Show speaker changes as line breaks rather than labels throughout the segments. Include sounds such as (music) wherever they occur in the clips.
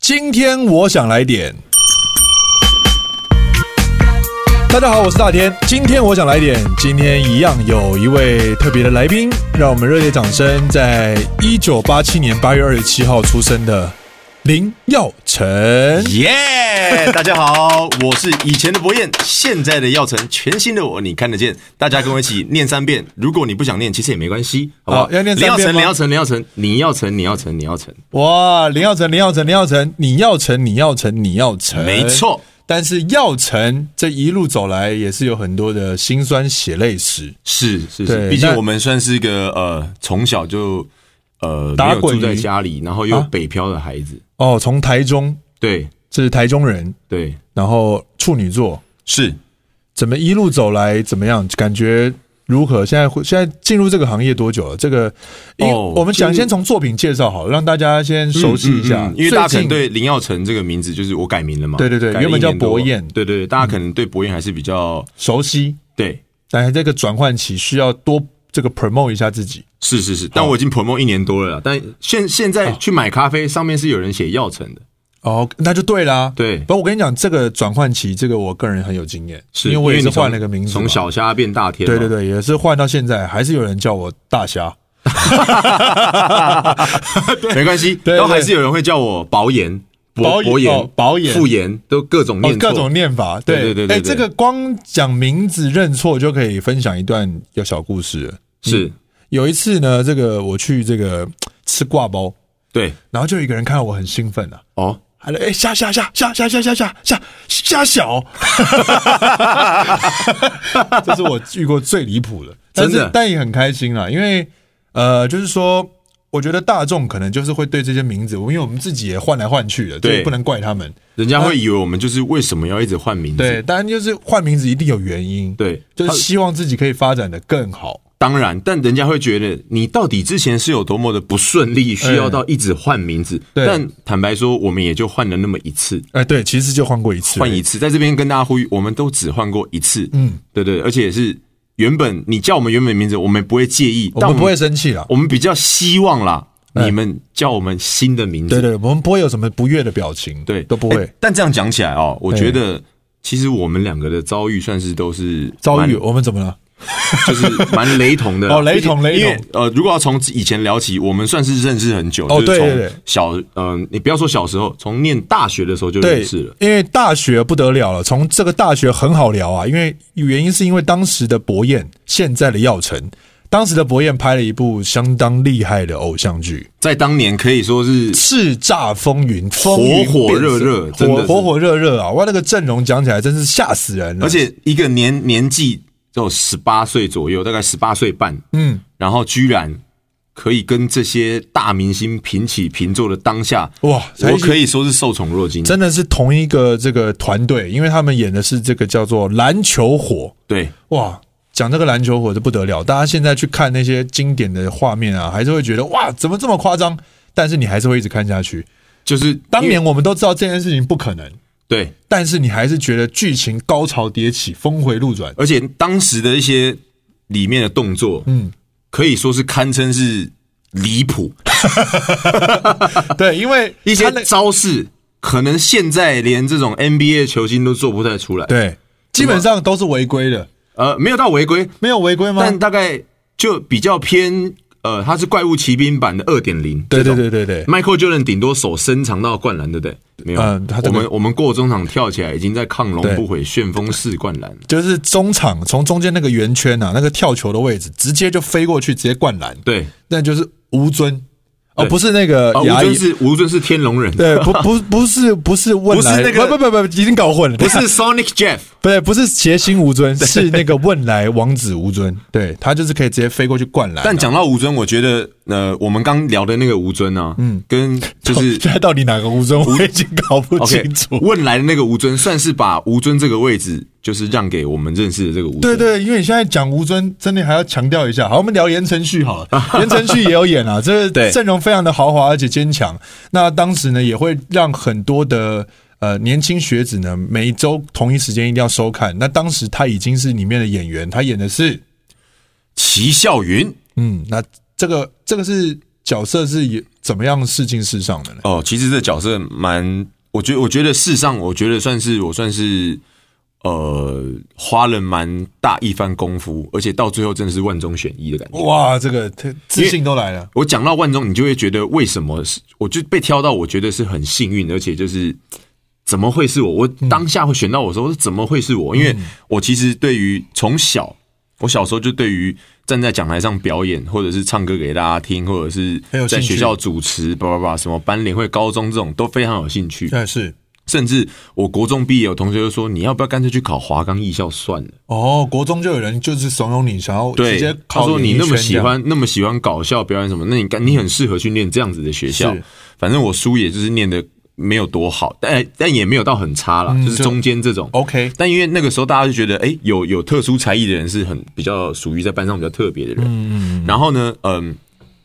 今天我想来点。大家好，我是大天。今天我想来点，今天一样有一位特别的来宾，让我们热烈掌声！在一九八七年八月二十七号出生的林耀成。
耶大家好，我是以前的博彦，现在的耀成，全新的我，你看得见。大家跟我一起念三遍，如果你不想念，其实也没关系，好不好？
好哦要念
林
三
耀
遍
成，
吗
林耀成，林耀成，你要成，你要成，你要成，
哇，林耀成，林耀成，林耀成，你要成，你要成，你要成，
没错。
但是耀成这一路走来也是有很多的辛酸血泪史，
是是
对
是，毕竟
那
我们算是一个呃，从小就呃没
打
有
滚
住在
鱼
家里，然后又
啊
北漂的孩子，
哦，从台中，
对
这是台中人，
对嗯
然后处女座，
是。
怎么一路走来怎么样？感觉如何？现在会现在进入这个行业多久了？这个，因为
哦
我们讲
进入
先从作品介绍好了，让大家先熟悉一下。
嗯嗯嗯因为大家可
最近
能对林耀成这个名字就是我改名了嘛，
对对对
改了
原本
一
叫
年多
博彦
对对对，大家可能对博彦还是比较
熟悉，
对，
但是这个转换期需要多这个 promote 一下自己。
是是是，但我已经 promo 一年多了啦，但现现在去买咖啡上面是有人写药成的，
哦，那就对啦。
对
不，我跟你讲，这个转换期，这个我个人很有经验，
是
因为我也是
你从
换了个名字嘛，
从小虾变大天，
对对，对，也是换到现在，还是有人叫我大侠。
没关系，
对
然后还是有人会叫我保研、
保
博
研
博
哦
研、
保研
复研，都各种
哦
念，错
各种念法，
对对对对
哎，
对
这个光讲名字认错就可以分享一段有小故事了。
是，
有一次呢，这个我去这个吃挂包，
对
然后就有一个人看到我很兴奋啊，
哦，
他说：“哎，下下下下下下下下下下小。”这是我遇过最离谱的，但
真
是
的
但也很开心啦，因为呃，就是说。我觉得大众可能就是会对这些名字，因为我们自己也换来换去的，
对
这也不能怪他们。
人家会以为我们就是为什么要一直换名字？
对，当然就是换名字一定有原因。
对，
就是
他
希望自己可以发展的更好。
当然，但人家会觉得你到底之前是有多么的不顺利，需要到一直换名字。
对
但坦白说，我们也就换了那么一次，
哎、对，其实就换过一次，
换一次，在这边跟大家呼吁，我们都只换过一次。嗯，对对，而且是原本你叫我们原本名字，我们不会介意，
我
但
们哦不会，生气啦。
我们比较希望啦，你们叫我们新的名字。
对对，我们不会有什么不悦的表情，
对
都不会。哎
哎但这样讲起来哦，我觉得其实我们两个的遭遇算是都是
遭遇
蛮
我们怎么了？
就是蛮雷同
(laughs)
的
哦雷同雷同
因为呃，如果要从以前聊起，我们算是认识很久，
哦
就是
对
从
对对
小嗯、呃你不要说小时候，从念大学的时候就
对
认识了，，
因为大学不得了了，从这个大学很好聊啊，因为原因是因为当时的博彦，现在的耀成，当时的博彦拍了一部相当厉害的偶像剧，
在当年可以说是
《叱咤风云》，风云
火火
变
热
色
热真
火
的是
火火热热啊！哇，那个阵容讲起来真是吓死人了，
而且一个年年纪就十八岁左右，大概十八岁半，
嗯，
然后居然可以跟这些大明星平起平坐的当下，
哇，才
我
一
可以说是受宠若惊。
真的是同一个这个团队，因为他们演的是这个叫做篮球火，
对，
哇，讲这个篮球火就不得了，大家现在去看那些经典的画面啊，还是会觉得哇，怎么这么夸张？但是你还是会一直看下去。
就是
当
因为
年我们都知道这件事情不可能，
对，
但是你还是觉得剧情高潮迭起，峰回路 (laughs) 转。
而且当时的一些里面的动作，
嗯
嗯，可以说是堪称是离谱，
对，因为他
一些
那
招式可能现在连这种 NBA 球星都做不太出来。，
对，基本上都是违规的，
呃，没有到违规，
没有违规吗？
但大概就比较偏，呃，它是怪物骑兵版的二点零。
对对对对对，
Michael Jordan 顶多手伸长到灌篮，对不对？没有，
嗯他这
我
个
们我们过中场跳起来，已经在抗龙
对
不悔、旋风式灌篮了。
就是中场从中间那个圆圈啊，那个跳球的位置，直接就飞过去，直接灌篮。
对，
那就是吴尊，哦，
对
不是那个
啊，吴
牙医
尊，是吴尊是天龙人，
对，不不不是不是汶来，
不是那个
不不不不，已经搞混了，
(laughs) 不是 Sonic Jeff。
不对，不是谐星吴尊，是那个汶来王子吴尊，对他就是可以直接飞过去灌篮啊。
(laughs) 但讲到吴尊，我觉得呃，我们刚聊的那个吴尊啊，嗯，跟就是
(laughs) 现在到底哪个吴尊，我已经搞不
OK
清楚。
问来的那个吴尊，算是把吴尊这个位置就是让给我们认识的这个吴尊。
对对，因为你现在讲吴尊，真的还要强调一下。好，我们聊言承旭
(laughs)
好了，言承旭也有演啊，这
对
阵容非常的豪华而且坚强。那当时呢，也会让很多的呃年轻学子呢，每一周同一时间一定要收看。那当时他已经是里面的演员，他演的是
齐孝云
嗯，那这个这个是角色是有怎么样试进世上的呢？
哦，其实这角色蛮，我觉得，我觉得事实上，我觉得算是我算是呃花了蛮大一番功夫，而且到最后真的是万中选一的感觉。
哇，这个他自信都来了，
我讲到万中，你就会觉得为什么是我就被挑到，我觉得是很幸运，而且就是怎么会是我？我当下会选到我的时候，我说怎么会是我？因
嗯
为我其实对于从小，我小时候就对于站在讲台上表演，或者是唱歌给大家听，或者是
很有兴
在
趣
学校主持，叭叭叭，什么班联会、高中这种都非常有兴趣。
对，是
甚至我国中毕业，有同学就说你要不要干脆去考华冈艺校算了？
哦，国中就有人就是怂恿你，想要直接
对，他
考
说你
演艺
那么
圈
喜
这样，
欢那么喜欢搞笑表演什么，那你干你很适合去念这样子的学校
是。
反正我书也就是念的没有多好，但但也没有到很差啦，就是
嗯就哦
中间这种。
OK，
但因为那个时候大家就觉得，哎、有有特殊才艺的人是很比较属于在班上比较特别的人。嗯然后呢，嗯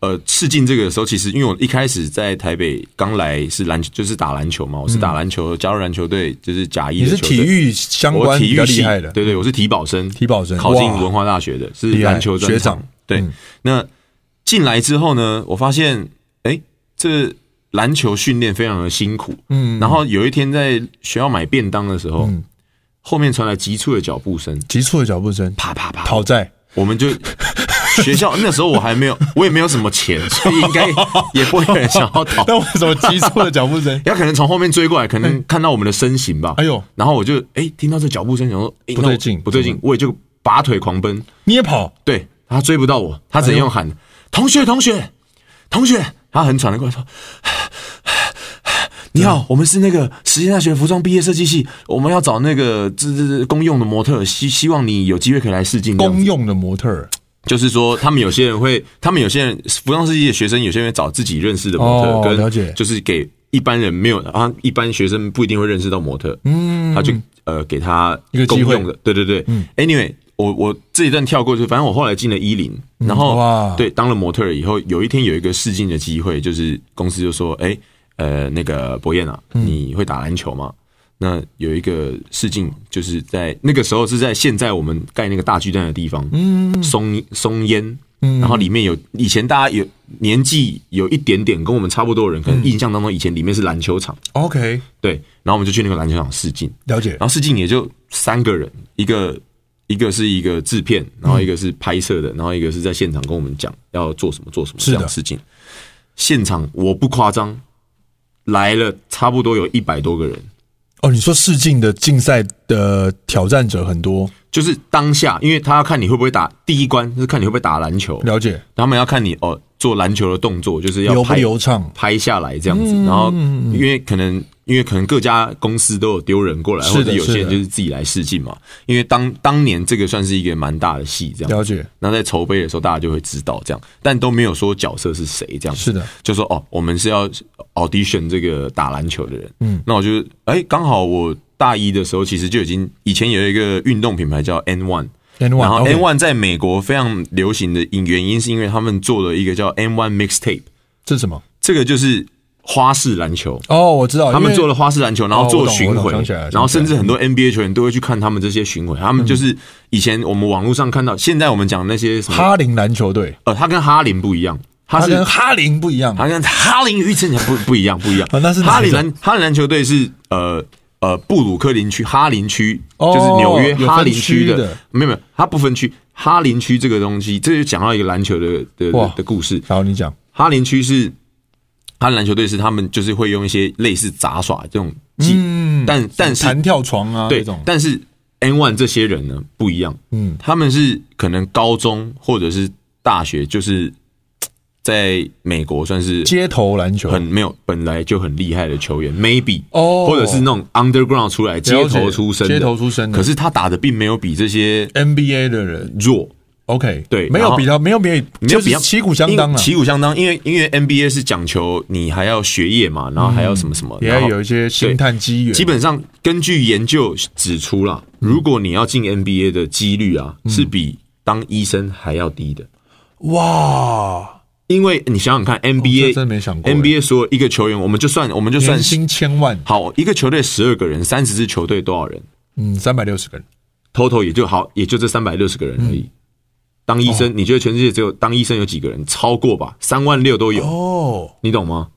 呃，试镜这个的时候，其实因为我一开始在台北刚来是篮，就是打篮球嘛，我是打篮球，加入篮球队，就是甲一
嗯你
的
是
球队
体育相
我
关
体
比
育
较
系
厉害的，
对对，我是体保生，
体保生
考进
哇
文化大学的，是
厉害
篮球专
学
长
长。
对，
嗯
那进来之后呢，我发现，哎，这篮球训练非常的辛苦。
嗯，
然后有一天在学校买便当的时候，后面传来急促的脚步声，
急促的脚步声，
啪啪啪，
讨债，
我们
(laughs)
就学校那时候我还没有，我也没有什么钱，所以应该也不会有人想要
(laughs)
讨。？
但为什么急促的脚步声
也可能从后面追过来，可能看到我们的身形吧。
哎呦
然后我就哎、听到这脚步声，想说、哎
不
那我
对劲
不对劲，我也就拔腿狂奔。
你也跑？
对他追不到我，他只能用
哎
喊、同学同学同学，他很喘的过来说。你好，我们是那个实践大学服装毕业设计系，我们要找那个这这这公用的模特，希希望你有机会可以来试镜。这样子
公用的模特儿
就是说，他们有些人会，他们有些人服装设计的学生，有些人会找自己认识的模特，
哦
跟
了解
就是给一般人没有啊，一般学生不一定会认识到模特，嗯，他就呃给他
一个
公
机会嗯
用的，对对对、a n y w a y 我我这一段跳过去，反正我后来进了一零，
嗯
然后、
哇
对当了模特儿以后，有一天有一个试镜的机会，就是公司就说，哎、呃，那个博彦啊，你会打篮球吗？那有一个试镜，就是在那个时候是在现在我们盖那个大巨蛋的地方，嗯，松松烟，嗯，然后里面有以前大家有年纪有一点点跟我们差不多的人，可能印象当中以前里面是篮球场，
，OK，
对，然后我们就去那个篮球场试镜，
了解
然，后试镜也就三个人，一个一个是一个制片，然后一个是拍摄的，然后一个是在现场跟我们讲要做什么做什么
是
这
的
样试镜，现场我不夸张，来了差不多有一百多个人。
哦，你说试镜的竞赛的挑战者很多，
就是当下，因为他要看你会不会打第一关，就是看你会不会打篮球，
了解，
他们要看你哦做篮球的动作，就是要
流不
拍
流畅？
拍下来这样子，
嗯
然后因为可能因为可能各家公司都有丢人过来，
是的
或者有些
是
人
的
就是自己来试镜嘛，因为当当年这个算是一个蛮大的戏这样
了
子。
解，
那在筹备的时候，大家就会知道这样，但都没有说角色是谁这样子。
是的，
就说哦，我们是要 audition 这个打篮球的人。嗯，那我就哎，刚好我大一的时候其实就已经以前有一个运动品牌叫 N One。
N
然后
one
N One 在美国非常流行的因原因是因为他们做了一个叫 N One Mixtape，
这是什么？
这个就是花式篮球，
哦，我知道，
他们做
了
了花式篮球，然后
哦我
做
懂
巡
我懂
回
想起来了，嗯
然后甚
想起
至很多 NBA 球员都会去看他们这些巡回。他们就是以前我们网络上看到，现在我们讲那些什么，
哈林篮球队，
呃，他跟哈林不一样，他
他
是
跟哈林不一样，
他跟哈林与之前不不一样，不一样
啊。 (laughs) 那是哪一
哈林
种
篮哈林篮球队是呃呃布鲁克林区哈林区，
哦
就是纽约
有
哈
分
林
区
区
的
的，没有没有，它不分区。哈林区这个东西，这就讲到一个篮球的的
哇
的的故事。
然后你讲，
哈林区是哈林篮球队是他们就是会用一些类似杂耍这种技，嗯但但是
嗯弹跳床啊这
对
种，，
但是 N One 这些人呢不一样，
嗯
嗯，他们是可能高中或者是大学，就是嘖在美国算是
街头篮球
很没有本来就很厉害的球员，maybe
哦
或者是那种 underground 出来街头出身的，
街头出身的
可是他打的并没有比这些
NBA 的人
弱。
，OK，
对
没
然
有
后
比他，没有比，
没有
就是
比较
旗鼓相当啊
因为
了，
旗鼓相当，因为因为 NBA 是讲求你还要学业嘛，然后还要什么什么，
嗯也
然
要
后
有一些星
对
探机缘，
基本上根据研究指出啦，
嗯
如果你要进 NBA 的几率啊，是比当医生还要低的。
哇，
因为你想想看，NBA、
哦这真没想过欸
NBA 所有一个球员，我们就算我们就算
年薪千万，
好一个球队十二个人，三十支球队多少人
嗯，三百六十个人，嗯
？total 也就好，也就这三百六十个人而已。当医生，你觉得全世界只有当医生有几个人？超过吧，三万六都有，
哦，
你懂吗？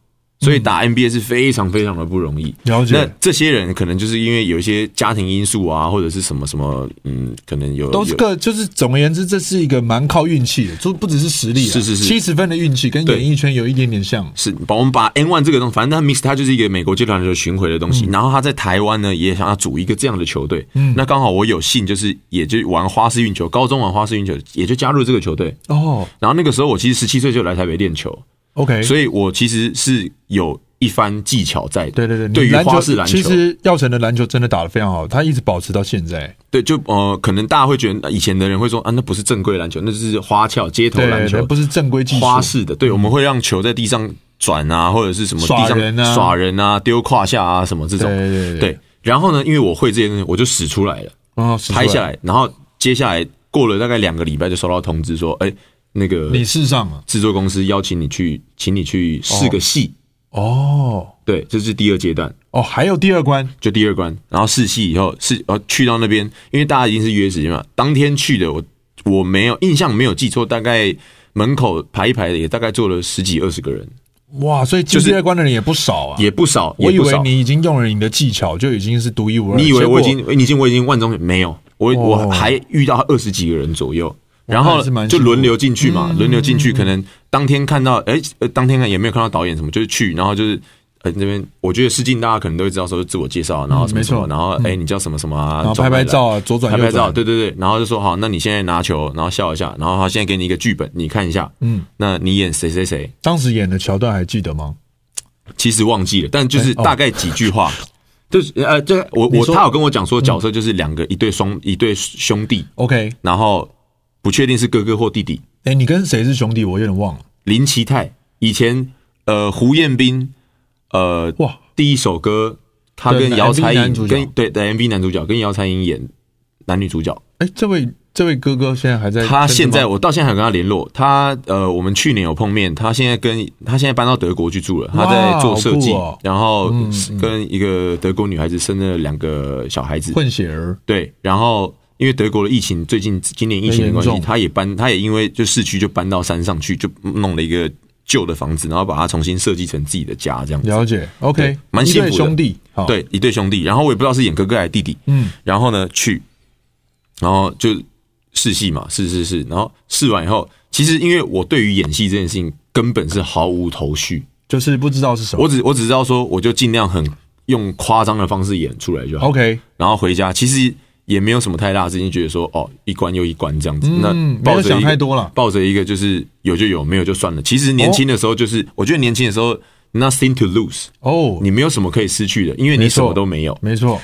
所以打 NBA 是非常非常的不容易。
嗯了解
那这些人可能就是因为有一些家庭因素啊，或者是什么什么，嗯，可能有
都是
有
个，就是总而言之，这是一个蛮靠运气的，就不只是实力啊，
是是是
七十分的运气跟
对
演艺圈有一点点像，
是，把我们把 N One 这个东西，反正它 Mix 它就是一个美国阶段篮球巡回的东
嗯
西，然后他在台湾呢也想要组一个这样的球队，那刚好我有幸就是也就玩花式运球，高中玩花式运球，也就加入这个球队。
哦
然后那个时候我其实十七岁就来台北练球，
，OK，以
所以我其实是有一番技巧在的。
对对对，
对
你
于
篮
花
球
式篮球，
其实耀成的篮球真的打得非常好，他一直保持到现在，
对就呃，可能大家会觉得以前的人会说啊，那不是正规篮球，那就是花俏街头
对，
篮球
那，不是正规技术，嗯
花式的，对，我们会让球在地上转啊，或者是什么
耍
地上
人啊
耍人啊，丢胯下啊，什么这种。
对对对
对。然后呢，因为我会这些东西，我就使出来了，
哦，
拍下
来，
来。然后接下来过了大概两个礼拜，就收到通知说，哎，那个
你试上了，
制作公司邀请你去，请你去试个戏。
哦
对，这是第二阶段，
哦，还有第二关，
就第二关。然后试戏以后，试呃去到那边，因为大家已经是约时间嘛，当天去的我我没有印象没有记错，大概门口排一排的也大概坐了十几二十个人，
哇，所以进
就是
第二关的人也不少啊，
也不少，
我以
也不
为
少
你已经用了你的技巧，就已经是独一无二。
你以为
结果
我已经，你已经我已经万中没有，我、
哦
我还遇到二十几个人左右，然
那
后
还是蛮
就
辛苦嗯
轮流进去嘛，轮流进去，可能当天看到，哎、呃当天看也没有看到导演什么，就是去，然后就是。呃，那边我觉得试镜大家可能都会知道，说是自我介绍，然后什
嗯
么
没
什么，
错
然后哎、你叫什么什么啊，
然后
中
拍
来
拍
了
照啊，左转
拍
右
拍
转，
照，对对对，然后就说好，那你现在拿球，然后笑一下，然后他现在给你一个剧本，你看一下，
嗯，
那你演谁谁谁，
当时演的桥段还记得吗？
其实忘记了，但就是
哎哦
大概几
(laughs)
句话，就是呃，这个我
你
我
说嗯
他有跟我讲说，角色就是两个一对双一对兄弟，
OK，
然后不确定是哥哥或弟弟。
哎、你跟谁是兄弟？我有点忘了。
林奇泰以前呃胡彦斌呃
哇，
第一首歌，他
对
跟姚
MV
彩
男主
颖
角
跟对的 MV 男主角跟姚彩颖演男女主角，
哎、这位这位哥哥现在还在？
他现在
吗
我到现在还有跟他联络，他呃，我们去年有碰面，他现在跟他现在搬到德国去住了，
哇
他在做设计，
好酷哦
然后跟一个德国女孩子生了两个小孩子，
混血儿，
对，然后因为德国的疫情最近今年疫情的关
很
系，
严重
他也搬，他也因为就市区就搬到山上去，就弄了一个旧的房子，然后把它重新设计成自己的家这样子，
了解。OK，
对蛮
一
幸福
对
的
兄弟，好，
对，一对兄弟，然后我也不知道是演哥哥还是弟弟，
哦嗯，
然后呢去，然后就试戏嘛，试试试，然后试完以后，其实因为我对于演戏这件事情根本是毫无头绪，
就是不知道是什么。
我只我只知道说，我就尽量很用夸张的方式演出来就好，
OK，
然后回家其实也没有什么太大的事情，觉得说哦一关又一关这样子，
嗯
那
没有
抱着
想
一
太
个
多了。
抱着一个就是有就有，没有就算了。其实年轻的时候就是，我觉得年轻的时候 nothing to lose，
哦，
你没有什么可以失去的，因为
没
你
错
什么都没有。
没错，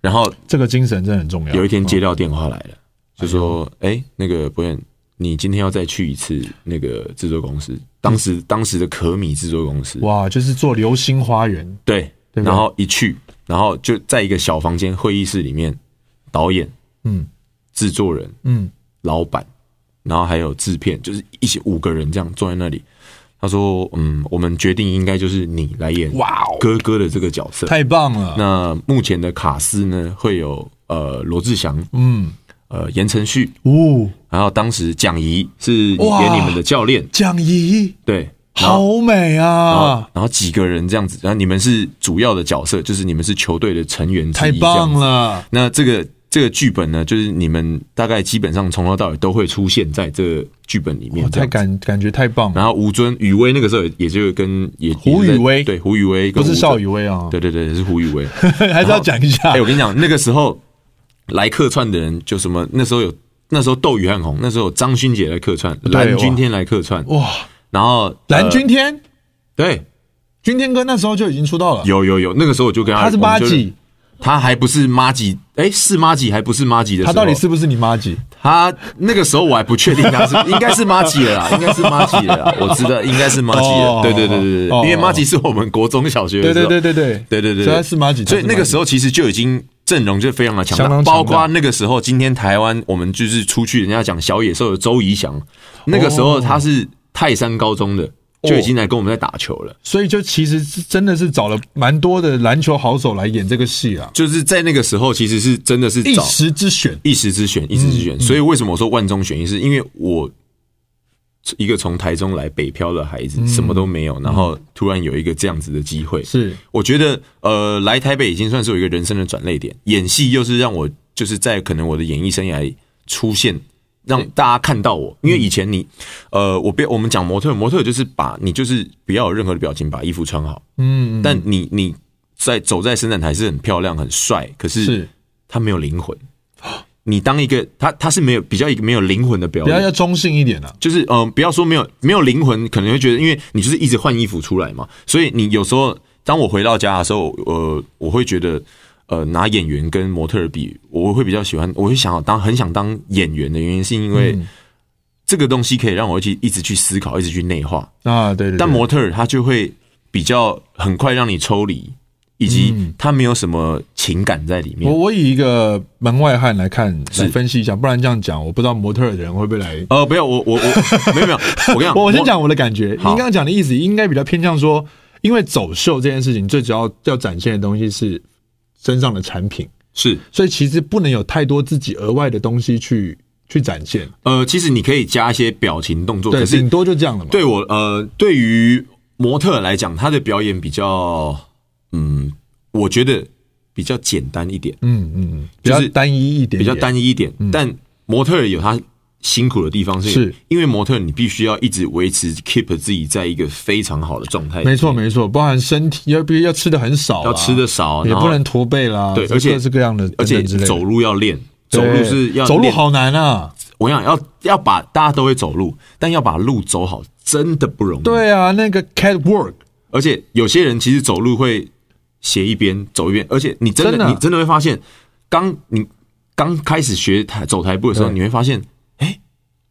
然后
这个精神真的很重要。
有一天接到电话来
嗯
了，就说：“哎、那个博彦，你今天要再去一次那个制作公司，当时、当时的可米制作公司，
嗯哇，就是做流星花园，
对，
对吧
然后一去，然后就在一个小房间会议室里面，导演、
嗯
制作人、
嗯，
老板，然后还有制片，就是一起五个人这样坐在那里。”他说：“嗯，我们决定应该就是你来演
哇哦，
哥哥的这个角色。
太棒了。
那目前的卡司呢，会有呃罗志祥，
嗯，
呃言承旭，
哦，
然后当时蒋怡是
哇
演你们的教练，
蒋怡
对，然后
好美
然后
啊，
然后几个人这样子，然后你们是主要的角色，就是你们是球队的成员之
太
一，
棒
这样子。
了。
那这个这个剧本呢，就是你们大概基本上从头到尾都会出现在这个剧本里面
我太
这样子。
感感觉太棒了，
然后吴尊、雨薇那个时候也也就跟也
胡宇威
也是在对胡宇威
不
跟
是
吴尊
邵雨薇啊，
对对对是胡宇威。
(laughs) 还是要讲一下
(laughs) 哎、。我跟你讲，那个时候来客串的人就什么，那时候有那时候窦雨汉红，那时候有张勋杰来客串，蓝钧天来客串，
哇，
然后
蓝钧
呃
天，
对，
钧天哥那时候就已经出道了，
有有有，那个时候我就跟他，
他是妈
我们就
吉，，
他还不是妈吉，哎、是妈吉还不是妈吉的时
他
候，
到底是不是你妈吉？
他那个时候我还不确定他是 (laughs) 应该是妈吉了啊啦，应该是妈吉了啦，我知道应该是妈吉
哦
了，对对对对对
哦
对，因为妈吉是我们国中小学
对
的时
对
候，
对对对
对对
所
对，
以
对
他是马吉，
所以那个时
候
候其实就已经阵容就非常的强
相
大
当，强大
包括那个时候今天台湾我们就是出去人家讲小野兽的周怡翔，那个时候他是泰山高中的，就已经来跟我们在打球了。
所以就其实是真的是找了蛮多的篮球好手来演这个戏啊，
就是在那个时候，其实是真的是
一
找
时之选。
一时之选，一时之
嗯
选。所以为什么我说万中选一，是因为我一个从台中来北漂的孩子，什么都没有，然后突然有一个这样子的机会，
嗯是
我觉得呃，来台北已经算是我一个人生的转捩点。演戏又是让我就是在可能我的演艺生涯出现，让大家看到我。因为以前你
嗯
呃，我别我们讲模特，模特就是把你就是不要有任何的表情，把衣服穿好。
嗯，
但你你在走在伸展台是很漂亮、很帅，可是
是，
他没有灵魂。你当一个他他是没有比较一个没有灵魂的表
比
演
较，要中性一点啊。
就是嗯、呃不要说没有没有灵魂，可能会觉得，因为你就是一直换衣服出来嘛，所以你有时候当我回到家的时候，呃，我会觉得，呃，拿演员跟模特儿比，我会比较喜欢，我会想要当很想当演员的原因，是因为
嗯
这个东西可以让我去一直去思考，一直去内化，
啊，对对对，
但模特儿他就会比较很快让你抽离，以
嗯
及他没有什么情感在里面
我。我以一个门外汉来看来分析一下，不然这样讲，我不知道模特儿的人会不会来。
呃，不要，我我我没有没有，
(laughs)
我跟你讲，
我我先
模
讲我的感觉，您
好
刚刚讲的意思应该比较偏向说，因为走秀这件事情最主要要展现的东西是身上的产品，
是
所以其实不能有太多自己额外的东西去去展现，
呃，其实你可以加一些表情动作，
对，
可是
顶多就这样了嘛。
对我呃，对于模特来讲，他的表演比较，嗯，我觉得比较简单一点，
嗯，嗯嗯，比
就
较
是
单一一点点，
比较单一一点。但模特有他辛苦的地方是，
是
因为模特你必须要一直维持 keep 自己在一个非常好的状态，
没错，没错，包含身体要必须要吃的很少啦，啊
要吃的少，
也
然
不
后
能驼背啦，
对
这
而且
各式各样的，
而且
等等之类的
走路要练，
对
走路是要
走路
练
好难啊，
我想要要把大家都会走路，但要把路走好真的不容易。
对啊，那个 catwalk
而且有些人其实走路会斜一边走一边，而且你真的
真的
你真的会发现，刚你刚开始学台走台步的时候，
对
你会发现，哎、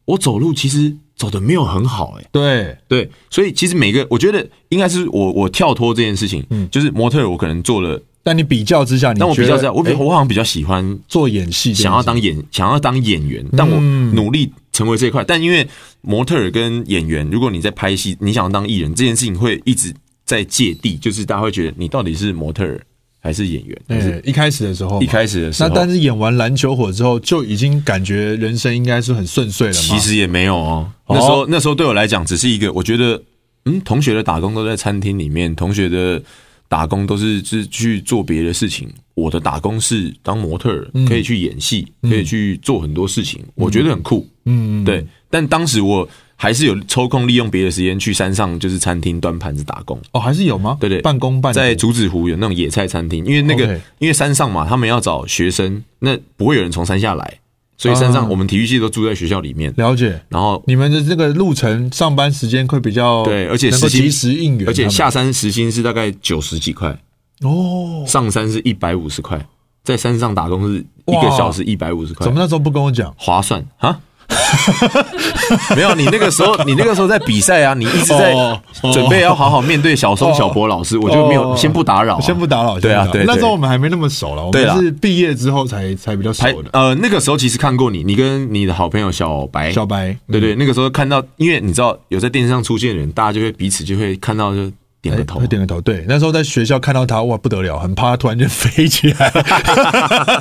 我走路其实走的没有很好、诶哎，
对，
对，所以其实每个我觉得应该是我我跳脱这件事情，就是模特儿我可能做了，
但嗯你比较之下，你
但我比
觉
较
得
在，我比
哎
我好像比较喜欢
做演戏这件事，
想要当演想要当演员，
嗯
但我努力成为这一块。但因为模特儿跟演员，如果你在拍戏，你想要当艺人这件事情，会一直在芥蒂，就是大家会觉得你到底是模特儿还是演员？还是
对一开始的时候嘛，
一开始的时
那
候，
但是演完篮球火之后，就已经感觉人生应该是很顺遂了嘛。
其实也没有哦。
哦
那时候那时候对我来讲，只是一个我觉得，嗯，同学的打工都在餐厅里面，同学的打工都是是去做别的事情。我的打工是当模特儿，
嗯
可以去演戏，可以去做很多事情，我觉得很酷。
嗯，
对，但当时我还是有抽空利用别的时间去山上，就是餐厅端盘子打工。
哦，还是有吗？
对对，
半工半读
在竹子湖有那种野菜餐厅，因为那个
OK
因为山上嘛，他们要找学生，那不会有人从山下来，所以山
啊
上我们体育系都住在学校里面，
了解。
然后
你们的这个路程上班时间会比较
对而且
能够
时薪
及时应援他们，
而且下山时薪是大概九十几块，
哦，
上山是一百五十块，在山上打工是一个
哇
小时一百五十块
怎么，那时候不跟我讲？
划算
(laughs)
啊！没有，你那个时候，你那个时候在比赛啊，你一直在
哦哦
准备要好好面对小松、小博老师，我就没有
哦
先不打扰啊，
先不打扰，
对啊
先不打扰
对对
那时候我们还没那么熟了，我
对啊
们
啦
是毕业之后才才比较
还
熟的。
呃，那个时候其实看过你，你跟你的好朋友小白，
小白，嗯
对啊对，那个时候看到，因为你知道有在电视上出现的人，大家就会彼此就会看到就点个
哎
头
会，点个头。对，那时候在学校看到他，哇，不得了，很怕他突然间飞起来，
(laughs)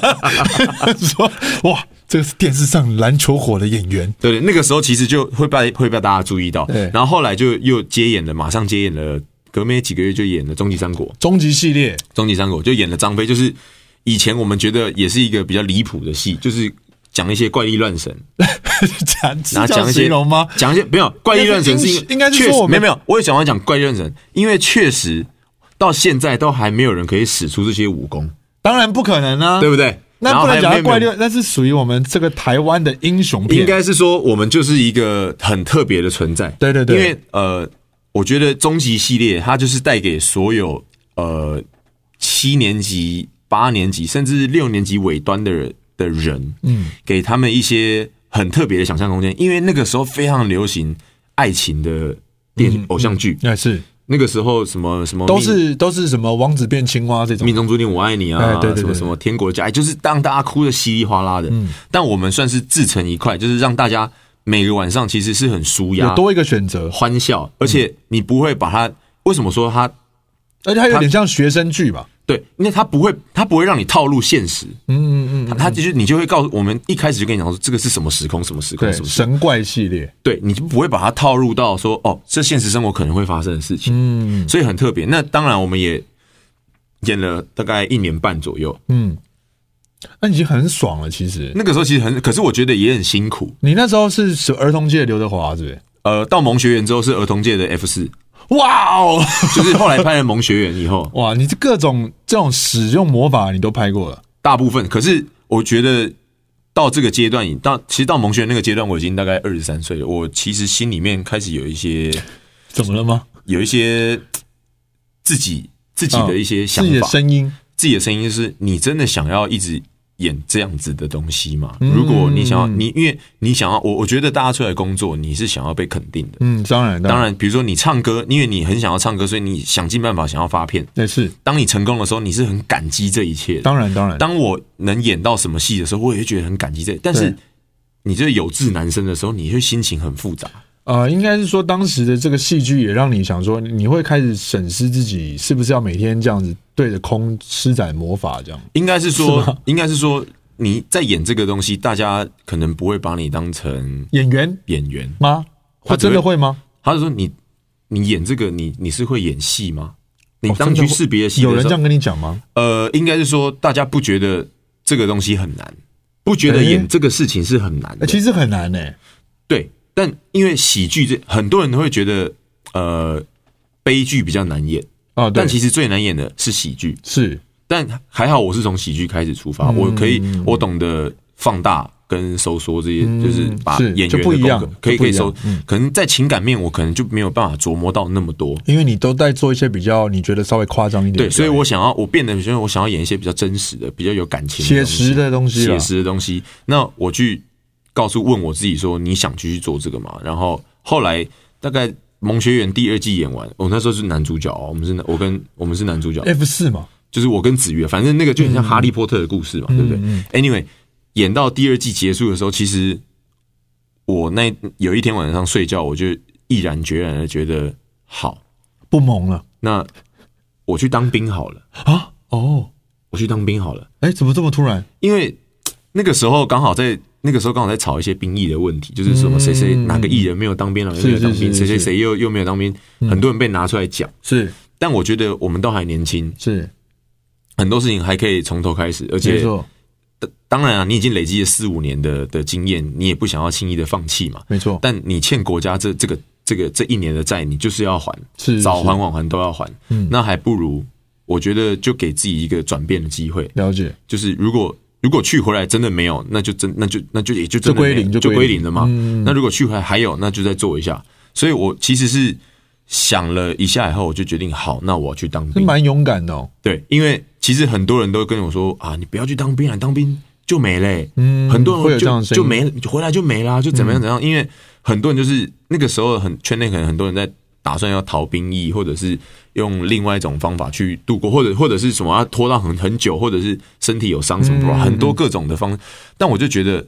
说哇，这个是电视上篮球火的演员，
对对，那个时候其实就会被会被大家注意到
对，
然后后来就又接演了，马上接演了，隔没几个月就演了《终极三国》。
终极系列
《终极三国》就演了张飞，就是以前我们觉得也是一个比较离谱的戏，就是讲一些怪力乱神，
(laughs) 讲是
然后
这样
讲一些
形容吗？
讲一些没有怪力乱神是因为
应该是
确实
说我们
没有没有，我也想要讲怪力乱神，因为确实到现在都还没有人可以使出这些武功，
当然不可能啊，
对不对？然
那
后
不
还
能讲他
没有
怪
没有
六，那是属于我们这个台湾的英雄片，
应该是说我们就是一个很特别的存在。
对对对
因为呃，我觉得终极系列它就是带给所有呃七年级、八年级甚至六年级尾端的人的人，嗯，给他们一些很特别的想象空间。因为那个时候非常流行爱情的电、偶像剧，
哎是
那个时候什么什么
都
命
是都是什么王子变青蛙这种
命，中注定我爱你啊，
哎对对嗯对
什么什么天国的家，哎，就是让大家哭的稀里哗啦的。但我们算是自成一块，就是让大家每个晚上其实是很舒压
有、多一嗯个选择，
欢笑，而且你不会把它。为什么说它
而且它有点像学生剧吧？
对？因为它不会，它不会让你套入现实。
嗯嗯
它它就是你就会告诉我们，一开始就跟你讲说这个是什么时空，什么时空，
对，
什么时空，
神怪系列，
对，你就不会把它套入到说哦，这现实生活可能会发生的事情，
嗯
所以很特别。那当然，我们也演了大概一年半左右，
嗯，那已经很爽了。其实
那个时候其实很，可是我觉得也很辛苦。
你那时候是什儿童界的刘德华，是不是？
呃，到萌学园之后是儿童界的 F 四，
哇哦，
就是后来拍了萌学园以后，
(laughs) 哇，你这各种这种使用魔法你都拍过了，
大部分。可是我觉得到这个阶段，已到其实到萌学园那个阶段，我已经大概二十三岁了。我其实心里面开始有一些
怎么了吗？
有一些自己自己的一些想
自己的
法，
声音，
自己的声音就是你真的想要一直演这样子的东西吗？如果你想要你，因为你想要我，我觉得大家出来工作，你是想要被肯定的。
嗯，当然，
当，然，比如说你唱歌，因为你很想要唱歌，所以你想尽办法想要发片。
也是，
当你成功的时候，你是很感激这一切的。
当然，当然，
当我能演到什么戏的时候，我也觉得很感激这。但是
对
你这个有志男生的时候，你会心情很复杂。
呃，应该是说当时的这个戏剧也让你想说，你会开始审视自己是不是要每天这样子对着空施展魔法这样。
应该是
(laughs)
说，应该是说你在演这个东西，大家可能不会把你当成
演员
演员，
吗？
他
会
只
真
会
的会吗？
他就说你你演这个，你你是会演戏吗？你
哦
当你
真的
去
会
试别的戏
有
的
人
时
这
候，
样跟你讲吗？
呃，应该是说大家不觉得这个东西很难，不觉得
诶
演这个事情是很难
呃
的。
其实很难呢、
对，但因为喜剧这很多人都会觉得，呃，悲剧比较难演，
啊，对，
但其实最难演的是喜剧。
是
但还好我是从喜剧开始出发，
嗯
我可以我懂得放大跟收缩这些，就是把
嗯是
演员
就
的
不一
功
样
课
就
可以
不
可以
一样嗯
收，可能在情感面我可能就没有办法琢磨到那么多。
因为你都在做一些比较你觉得稍微夸张一点的表
对，
演，
所以我想要，我变得就是我想要演一些比较真实的、比较有感情、
写实、的东西啦啊
写，实的东西。那我去告诉问我自己说，你想继续做这个吗？然后后来大概《萌学园》第二季演完，我、那时候是男主角哦，我们是男我跟我们是男主角，
F 四嘛，
就是我跟子越，反正那个就很像哈利波特的故事嘛，对不对？Anyway，演到第二季结束的时候，其实我那有一天晚上睡觉，我就毅然决然的觉得，好，
不萌了
那我去当兵好了，
啊？哦，
我去当兵好了，
哎，怎么这么突然？
因为那个时候刚好在。那个时候刚好在吵一些兵役的问题，就是什么谁谁哪个艺人没有当兵，哪个没有当兵，
嗯是是是
谁谁
是嗯
谁又又没有当兵，很多人被拿出来讲。
是
但我觉得我们都还年轻，
是，
很多事情还可以从头开始，而
没
且
错
当然啊，你已经累积了四五年的的经验，你也不想要轻易的放弃嘛。
没错，
但你欠国家这这个这个这一年的债，你就是要还，
是是
早还晚还都要还。
嗯
那还不如，我觉得就给自己一个转变的机会。
了解，
就是如果如果去回来真的没有，那就真那就那就也就真的没
就
有
归零
就
就归零嗯
归零了嘛。那如果去回来还有，那就再做一下。所以我其实是想了一下以后，我就决定好，那我要去当
是
兵。
蛮勇敢的哦。
对，因为其实很多人都跟我说啊，你不要去当兵啊，当兵就没嘞、
嗯
很多人
会有
就
这样的声音嗯
就没回来就没啦，就怎么样怎么样。因为很多人就是那个时候很圈内可能很多人在打算要逃兵役，或者是用另外一种方法去度过，或者或者是什么要拖到很很久，或者是身体有伤
嗯
什么，很多各种的方。但我就觉得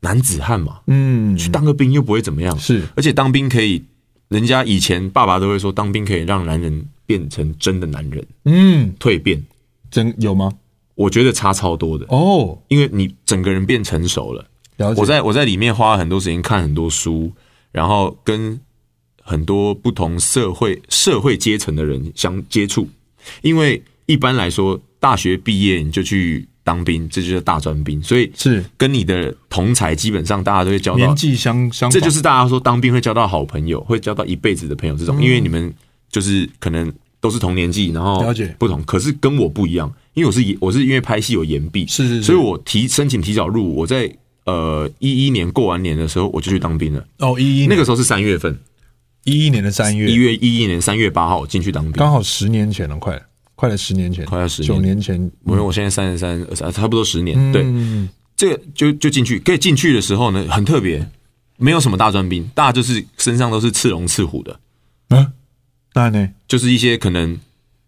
男子汉嘛，
嗯，
去当个兵又不会怎么样，
是
而且当兵可以，人家以前爸爸都会说，当兵可以让男人变成真的男人，
嗯，
蜕变。
真有吗？
我觉得差超多的，
哦，
因为你整个人变成熟了。
了解
我，在我在里面花了很多时间看很多书，然后跟很多不同社会社会阶层的人相接触，因为一般来说，大学毕业你就去当兵，这就是大专兵，所以
是
跟你的同才基本上大家都会交到
年，纪相相仿，
这就是大家说当兵会交到好朋友，会交到一辈子的朋友这
嗯
种，因为你们就是可能都是同年纪，然后
了解
不同，可是跟我不一样，因为我是延我是因为拍戏有延毕，
是是是
所以我提申请提早入伍，我在呃一一年过完年的时候我就去当兵了，
哦，一一
那
那个
个时候是三月份，
一一年的三月
一，月一一年三月八号我进去当兵，
刚好十年前了，快了快了十年前，
快要十
九
年，
年前，
我我现在三十三，二十差不多十年，
嗯
对，这个就就进去，可以进去的时候呢，很特别，没有什么大专兵，大家就是身上都是刺龙刺虎的，
啊，那呢？
就是一些可能。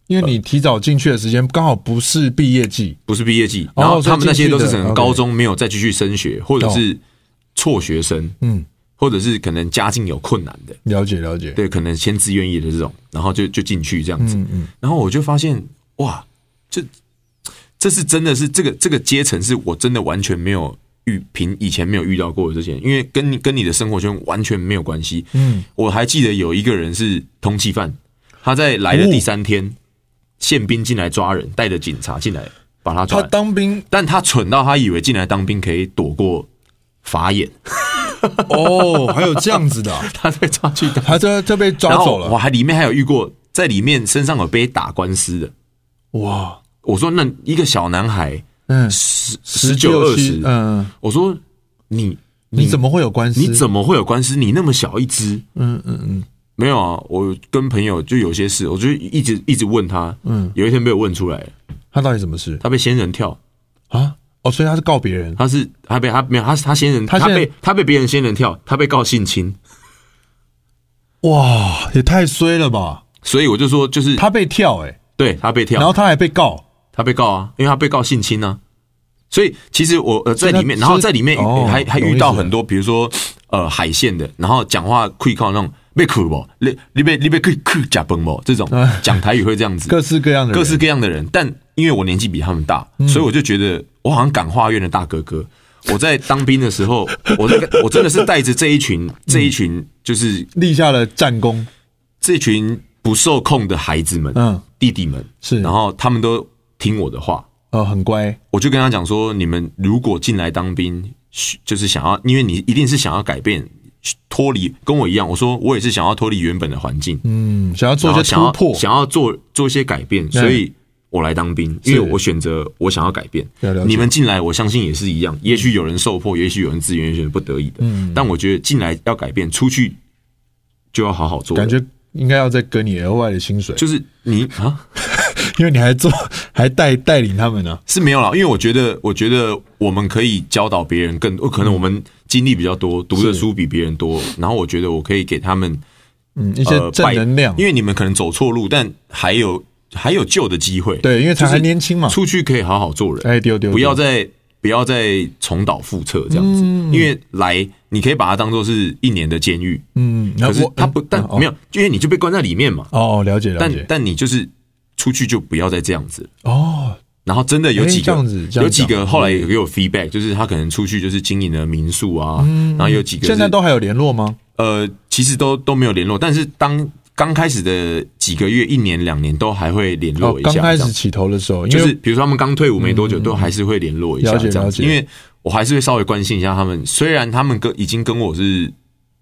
因为你提早进去的时间刚好不是毕业季，
不是毕业季，
哦
然后他们那些都是
所以进
可
去
能
的
高中没有再继续升学，或者是辍学生，
哦嗯，
或者是可能家境有困难的，
了解了解，
对，可能先自愿意的这种，然后就就进去这样子。
嗯嗯，
然后我就发现，哇，这这是真的是这个这个阶层是我真的完全没有遇平以前没有遇到过的这些人，因为跟你跟你的生活圈完全没有关系。
嗯，
我还记得有一个人是通缉犯，他在来
哦
的第三天，宪兵进来抓人，带着警察进来把他抓
他
来，
当兵
但他蠢到他以为进来当兵可以躲过法
(laughs)
眼，
哦，还有这样子的
(laughs)
啊，
他被抓去打，
他这这被抓
然
走
后我
了，
还里面还有遇过在里面身上有被打官司的。
哇，
我说那一个小男孩
嗯，
十十九二
七
十，
嗯，
我说你
你怎么会有官司？
你怎么会有官司？你那么小一只，
嗯嗯嗯，
没有啊？我跟朋友就有些事，我就一直一直问他，
嗯，
有一天被我问出来了，
他到底什么事
他被仙人跳，
啊？哦，所以他是告别人，
他是他被他没有他他仙人
他
他
现在
被他被别人仙人跳，他被告性侵，
哇，也太衰了吧！
所以我就说就是
他被跳哎、欸
对他被
然
跳，
后他还被告，
他被告啊，因为他被告性侵啊。所以其实我呃在
所以他
里面，
所以
然后在里面
哦
还还
懂意
遇
思
到很多，比如说呃海鲜的，然后讲话会靠那种被苦不，你你被你被苦苦假崩不
(laughs)
这种讲台语会这样子，
各式各样的人，嗯
各式各样的人。但因为我年纪比他们大，所以我就觉得我好像感化院的大哥哥。我在当兵的时候， (laughs) 我在我真的是带着这一群
嗯
这一群就是
立下了战功，
这群不受控的孩子们，
嗯，
弟弟们
是
然后他们都听我的话，
呃，很乖，
我就跟他讲说，你们如果进来当兵，嘘就是想要，因为你一定是想要改变，嘘脱离跟我一样，我说我也是想要脱离原本的环境，
嗯，想要做
然后
一些
想
突
要
破，
想要做做一些改变，所以我来当兵，因为我选择我想要改变
了解。
你们进来，我相信也是一样，也许有人受迫，也许有人自愿，也许有人不得已的，
嗯
但我觉得进来要改变，出去就要好好做。
感觉应该要再给你额外的薪水，
就是你啊。
因为你还做 (laughs) 还带带领他们啊呢、
是没有啦，因为我觉得，我觉得我们可以教导别人更多，哦可能我们经历比较多，读的书比别人多，然后我觉得我可以给他们
嗯，一些
呃
正能量，
拜因为你们可能走错路，但还有还有救的机会。
对，因为他还
就是
年轻嘛，
出去可以好好做人，
哎，丢丢，
不要
丢
再不要再重蹈覆辙这样子，因为来你可以把它当做是一年的监狱，
嗯，然后
可是
我
他不，
嗯
但
哦
没有，因为你就被关在里面嘛，
哦，了解了
但
解，
但你就是出去就不要再这样子了。
哦，
然后真的有
哎
几
这
个
样子这样
有几
讲嗯
个后来也给我 feedback，就是他可能出去就是经营了民宿啊，然后有几个
嗯
是
现在都还有联络吗？
呃，其实都都没有联络，但是当刚开始的几个月、一年、两年都还会联
哦
络，一下。
刚开
这
始
样
起头的时候，因
就
为嗯
是比如说他们刚退伍没多久，都还是会联络一下
了解
这样
了
子，
解
因为我还是会稍微关心一下他们。虽然他们跟已经跟我是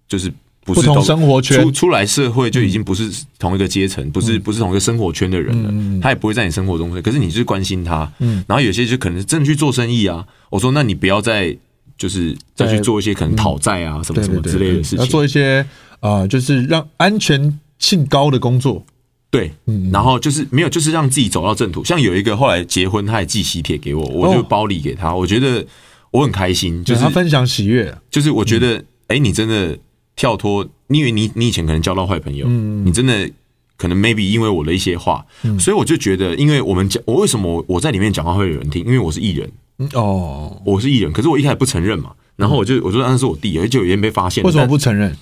就是不是
不同生活圈嗯
出出来社会就已经不是同一个阶层，不是不是同一个生活圈的人
嗯
了，他也不会在你生活中，可是你就是关心他。然后有些就可能真的去做生意啊，我说那你不要再就是再去
在
做一些可能讨债啊什
嗯
么
对
什
对
么
对
之类的
对
事
要
情。
做一些呃，就是让安全性高的工作，
对，
嗯
然后就是没有，就是让自己走到正途。像有一个后来结婚，他也寄喜帖给我，我就
哦
包礼给他，我觉得我很开心，就
就是
是
他分嗯享喜悦，
就是我觉得，哎、你真的跳脱，你以为你你以前可能交到坏朋友，
嗯
你真的可能 maybe 因为我的一些话，所以我就觉得，因为我们讲，我为什么我在里面讲话会有人听？因为我是艺人，
嗯哦，
我是艺人，可是我一开始不承认嘛，然后我就我就那是我弟，就有一天被发现了，
嗯为什么不承认？
但？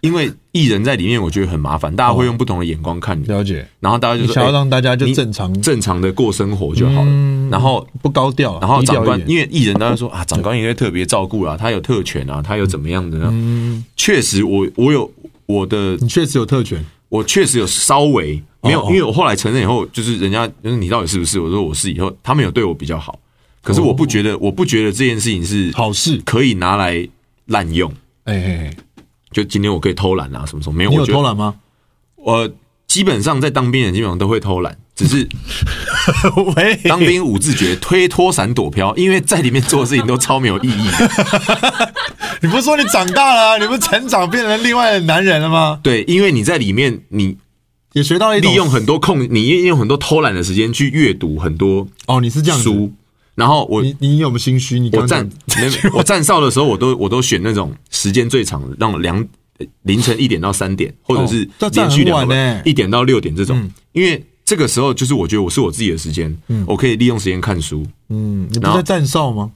因为艺人在里面，我觉得很麻烦，大家会用不同的眼光看你，
了解，
然后大家就
你
说
想要
哎
让大家就
你
正常，
正常的过生活就好了。
嗯
然后，
不高调，啊
然后
低
长
调
官
一点，
因为艺人，大家说啊，长官应该特别照顾啦，他有特权啊，他有怎么样的呢？
嗯
确实我，我有我的，
你确实有特权，
我确实有稍微没有，
哦
因为我后来承认以后，就是人家就是你到底是不是？我说我是，以后他们有对我比较好，可是我不觉得，我不觉得这件事情是
哦好事
可以拿来滥用。
哎哎，哎
就今天我可以偷懒啊，什么什么没有？
你
我
有
觉得
偷懒
(laughs)
吗？
我基本上在当兵的人基本上都会偷懒，只是
喂，
(laughs) 当兵五字诀：推脱闪躲飘，因为在里面做的事情都超没有
(laughs)
意义的。
你不是说你长大了啊、你不是成长变成另外的男人了吗？
对，因为你在里面，你
也学到了一种
利用很多空，你利用很多偷懒的时间去阅读很多
哦，你是这样子，
书。然后我
你你有没有心虚？你
我
刚
站
刚
没
(laughs)
我站哨的时候，我都我都选那种时间最长的，那种两呃凌晨一点到三点，或者是
哦这站
连续
很
两
晚
个
欸
一点到六点这种，因为这个时候就是我觉得我是我自己的时间，我可以利用时间看书。
嗯，你不
然
是在
后
站哨吗？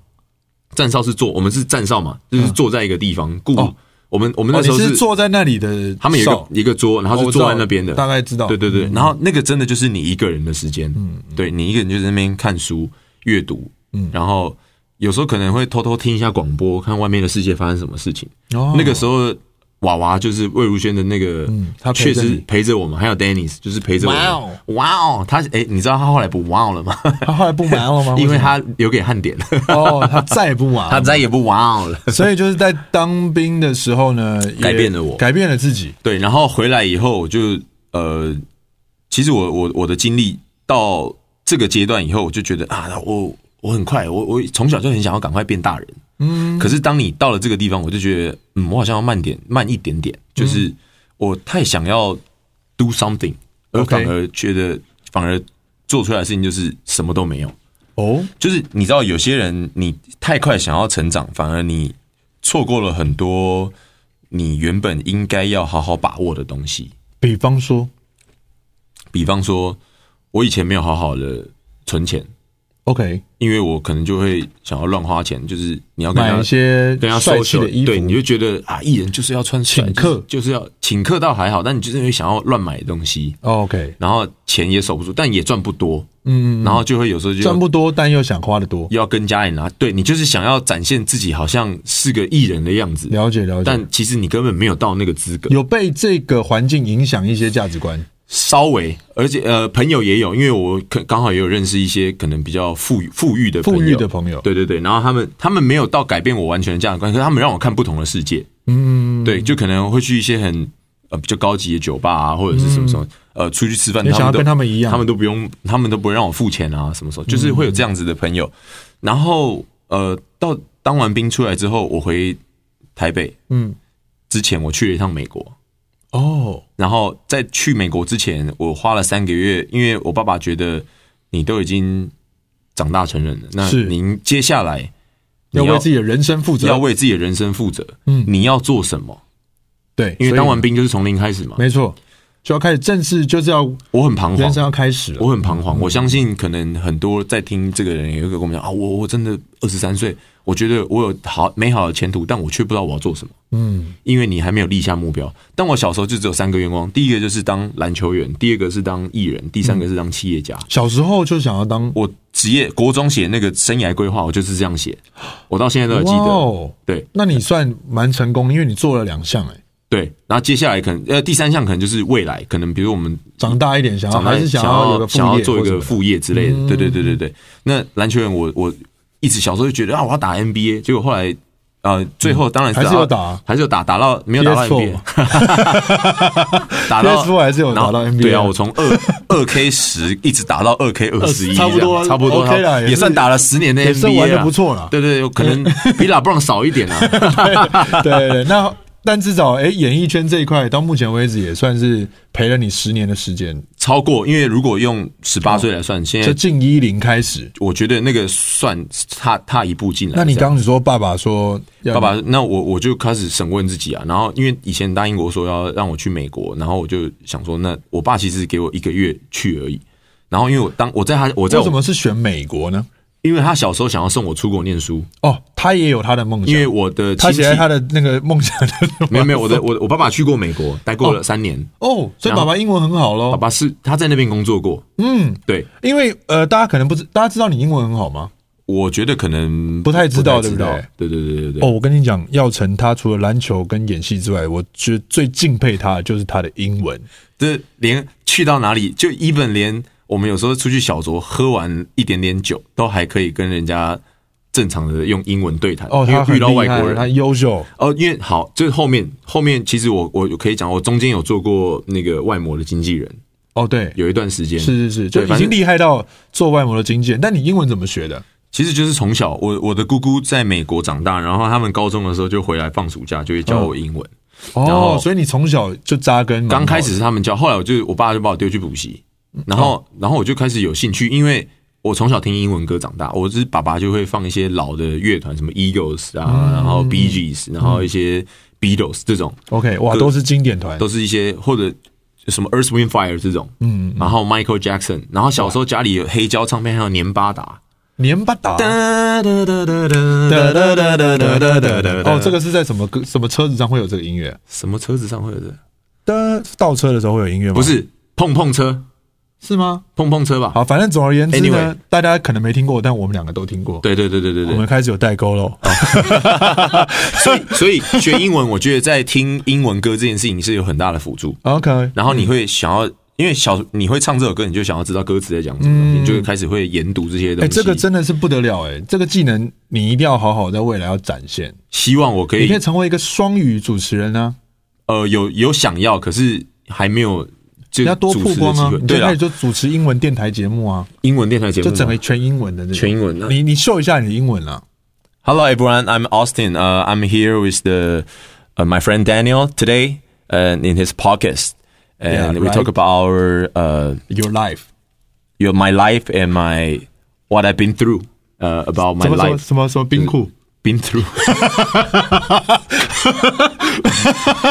站哨是坐，我们是站哨嘛，就是坐在一个地方，顾
嗯哦
我们我们
哦
那
你
时候
是坐在那里的少，
他们有一个一个桌，然后
哦我
是
知道
坐在那边的，
大概知道嗯
对对对，然后那个真的就是你一个人的时间，嗯，对你一个人就在那边看书、阅读，嗯，然后有时候可能会偷偷听一下广播，看外面的世界发生什么事情。
哦嗯
那个时候，娃娃就是魏如萱的那个，
他陪
确
着你
实陪着我们，还有 Dennis 就是陪着我
哇哦
们。哇哦，他哎，你知道他后来不哇哦了吗？
他后来不啊玩了吗？
(laughs) 因为他留给汉典了，
哦， (laughs) 他再也不玩，
(laughs) 他再也不哇哦了。
所以就是在当兵的时候呢，也
改变了我
改变了自己。
对，然后回来以后我就呃，其实我我我的经历到这个阶段以后，我就觉得啊，我我很快，我我从小就很想要赶快变大人。嗯，可是当你到了这个地方，我就觉得，嗯，我好像要慢点，慢一点点，就是我太想要 do something，而
OK
反而觉得反而做出来的事情就是什么都没有。
哦，
就是你知道，有些人你太快想要成长，反而你错过了很多你原本应该要好好把握的东西。
比方说
比方说，我以前没有好好的存钱，
，OK，
因为我可能就会想要乱花钱，就是你要跟
买
他
一些
跟他
帅
收
气的衣服，
对，你就觉得啊，艺人就是要穿帅
请客
就是，就是要请客倒还好，但你就是因为想要乱买东西，
哦 OK，
然后钱也守不住，但也赚不多，
嗯，
然后就会有时候就
赚不多，但又想花的多，
要跟家里拿，对你就是想要展现自己好像是个艺人的样子，
了解了解。
但其实你根本没有到那个资格，
有被这个环境影响一些价值观，
稍微，而且呃，朋友也有，因为我可刚好也有认识一些可能比较富裕富裕的朋
富
友
裕的朋友，
对对对，然后他们他们没有到改变我完全的价值观，可是他们让我看不同的世界，嗯，对，就可能会去一些很呃比较高级的酒吧啊，或者是什么什么、呃出去吃饭，
嗯也想要
都
跟他们一样嗯
他们都不用，他们都不会让我付钱啊，什么时候就是会有这样子的朋友，然后呃到当完兵出来之后，我回台北
嗯，
之前，我去了一趟美国，
哦，
然后在去美国之前，我花了三个月，因为我爸爸觉得你都已经长大成人了，那
是
您接下来你
要为自己的人生负责，
要为自己的人生负责，
嗯
你要做什么？
对，
因为当完
所
兵就是从零开始嘛
以，。没错，就要开始正式，就是要
我很彷
人生
徨，
要开始了，
我很彷徨。我相信可能很多在听这个人也会跟我们讲啊，我我真的二十三岁，我觉得我有好美好的前途，但我却不知道我要做什么。
嗯，
因为你还没有立下目标。但我小时候就只有三个愿望，第一个就是当篮球员，第二个是当艺人，第三个是当企业家。
小时候就想要当，
我职业国中写那个生涯规划，我就是这样写，我到现在都还记
哇
得。
哦，
对
那你算蛮成功，因为你做了两项，哎，
对，然后接下来可能呃第三项可能就是未来，可能比如我们
长大一点想要
长大
还是
想
要有个
要
副业，
啊想要做一个，副业之类
嗯
的，对对对对对。那篮球员我我一直小时候就觉得啊我要打 NBA，结果后来呃最后当然是
嗯还是有打
还是有打打到没有打到
PS4
NBA，打 (laughs) 到
PS4 还是有
然后
打到 NBA
对啊，我从二二 K 十一直打到二 K 二十
呃
一，
差不多啊
差不多
OK 啦也是
也算打了十年的
也
NBA，
是
啊
玩得不错
(laughs)
啦
对对，对
(laughs)
可能比拉布朗少一点啊。
对对对，那但至少哎、演艺圈这一块到目前为止也算是陪了你十年的时间，
超过，因为如果用十八岁来算，现
就
在
近一零开始。
我觉得那个算踏踏一步进来。
那你
这样
刚刚说爸爸说要
爸爸，那我我就开始审问自己啊。然后因为以前答应我说要让我去美国，然后我就想说，那我爸其实给我一个月去而已。然后因为我当我在他我在
为什
我
么是选美国呢？
因为他小时候想要送我出国念书，
哦，他也有他的梦想，
因为我的
他
亲戚
写在他的那个梦想的
没有没有我的我我爸爸去过美国待过了三年，
哦，所以爸爸英文很好
爸
喽。
爸是他在那边工作过，
嗯，
对，
因为呃，大家可能不知，大家知道你英文很好吗？
我觉得可能
不太知道
不太
对不
对对对对对
哦，
对，
我跟你讲，耀成他除了篮球跟演戏之外，我觉得最敬佩他的就是他的英文。
这连去到哪里就 even 连我们有时候出去小酌，喝完一点点酒，都还可以跟人家正常的用英文对谈，
哦，
因
他
为
很
遇到
厉
外
害
国人
他。优秀。
哦，因为好，这后面后面其实我我可以讲，我中间有做过那个外模的经纪人，
哦，对，
有一段时间
是是是，就
对
已
反
经
正
厉害到做外模的经纪人。但你英文怎么学的？
其实就是从小，我我的姑姑在美国长大，然后他们高中的时候就回来放暑假，就会教我英文。
哦
后，
所以你从小就扎根。
刚开始，是他们教，后来我就我爸就把我丢去补习，然
哦
后、然后我就开始有兴趣，因为我从小听英文歌长大，我就是爸爸就会放一些老的乐团，什么 Eagles 啊，
嗯
然后 Bee Gees，然后一些 Beatles 这种，
OK，哇，都是经典团。
都是一些或者什么 Earth
嗯
Wind Fire 这种，嗯，然后 Michael Jackson，然后小时候家里有黑胶唱片，还有年巴达，
年巴达。
哒哒哒哒哒
哒哒
哒
哒哒
哒哒
哒哒
哒哒
哒
哒
哒
哒。
哦，这个是在什么歌、什么车子上会有这个音乐、啊？
什么车子上会有这个？
的倒车的时候会有音乐吗？
不是碰碰车，
是吗？
碰碰车吧？
好，反正总而言之呢
Anyway
大家可能没听过，但我们两个都听过。
对对对对对对
我。们开始有代沟喽。
所以， (laughs) 所以学英文，我觉得在听英文歌这件事情是有很大的辅助。
OK，
然后你会想要，因为小你会唱这首歌，你就想要知道歌词在讲什么，你就会开始会研读这些
嗯哎、
东西。
这个真的是不得了哎、这个技能你一定要好好在未来要展现，
希望我可
你
以
可以成为一个双语主持人啊呢、
呃有有想要，可是还没有就
你要多
主
曝
持的
光
机
啊
会。，
你就
对
开
啦
始，就主持英文电台节目啊，
英文电台节目
就
嘛
整个全英文的这个
全英文啊
你你秀一下你的英文啊。
Hello everyone, I'm Austin. Uh, I'm here with the uh, my friend Daniel today uh, in his podcast, and
Yeah,
we
right.
talk about our uh,
Your life
your my life and my what I've been through. Uh, about my
什么什么
life 嗯
什么什么冰库
been through， (laughs)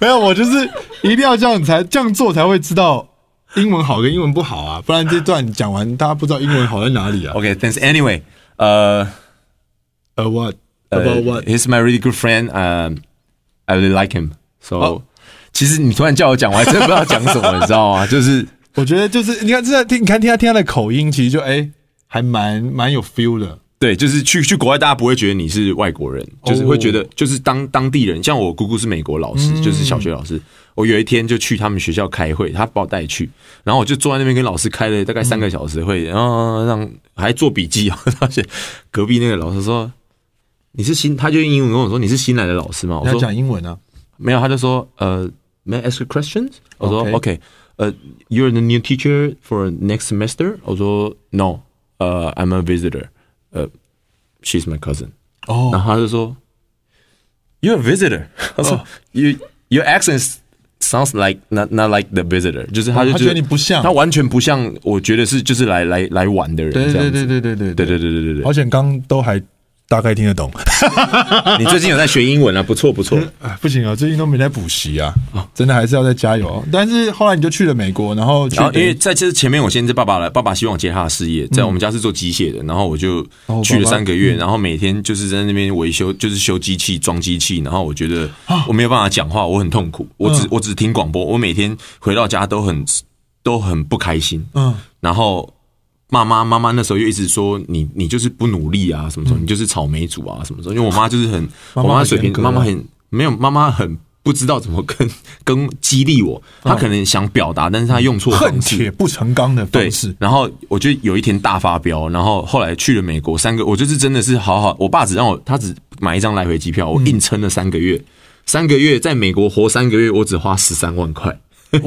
没有，我就是一定要这样才这样做才会知道英文好跟英文不好啊，不然这段讲完大家不知道英文好在哪
(laughs)
里啊。
Okay, thanks. Anyway, uh,
A what
uh,
about what？
he's my really good friend. Um, I really like him. So，、其
Oh.
(laughs) 实你突然叫我讲，我还真的不知道讲什么，你知道吗？就是
我觉得就是你看，这在听，你看听他听他的口音，其实就哎、还蛮蛮有 feel 的。
对，就是去去国外，大家不会觉得你是外国人，就是会觉
哦
得就是当当地人。像我姑姑是美国老师，就是小学老
嗯
师。我有一天就去他们学校开会，他把我带去，然后我就坐在那边跟老师开了大概三
嗯
个小时的会，然后让还做笔记啊。而且隔壁那个老师说：“你是新？”他就用英文跟我说：“你是新来的老师吗？”我
你要
说：“
讲英文啊，
没有，他就说呃，May uh, I ask you questions？我说
Okay.
OK，呃、y o u r e the new teacher for next semester？我说 No，呃、i m a visitor，呃、s h e s my cousin。Uh-huh,
哦
然后他就说，You're a visitor。他 (laughs) 说、You your accent sounds like not not like the visitor，就是他就
Oh, 他觉得你不像
他完全不像，我觉得是就是来来来玩的人
对
这样
对
子。
对对对对
对对对对对
而且刚都还大概听得懂。
对，你最近有在学英文啊？不错不错。
哎， (laughs) 不行啊，最近都没在补习啊，真的还是要再加油、啊。但是后来你就去了美国，然后去
然后因为
等于
在这前面，我先是爸爸来，爸爸希望我接他的事业，在我们家是做机械的，然后我就
嗯哦
去了
爸爸
三个月，然后每天就是在那边维修，就是修机器、装机器，然后我觉得
啊
我没有办法讲话，我很痛苦，
嗯
我只我只听广播，我每天回到家都很都很不开心，
嗯，
然后妈妈妈妈那时候又一直说你你就是不努力啊，什么时候你就是草莓族啊，什么时候？因为我妈就是很
嗯妈妈
我
很
妈水
严
平，
格啊
妈妈很没有，妈妈很不知道怎么跟跟激励我，
嗯
她可能想表达，但是她用错
恨
方
铁
式。
不成钢的
对
方式，，
然后我就有一天大发飙，然后后来去了美国三个，我就是真的是好好，我爸只让我他只买一张来回机票，我
嗯
硬撑了三个月，三个月在美国活三个月，我只花十三万块，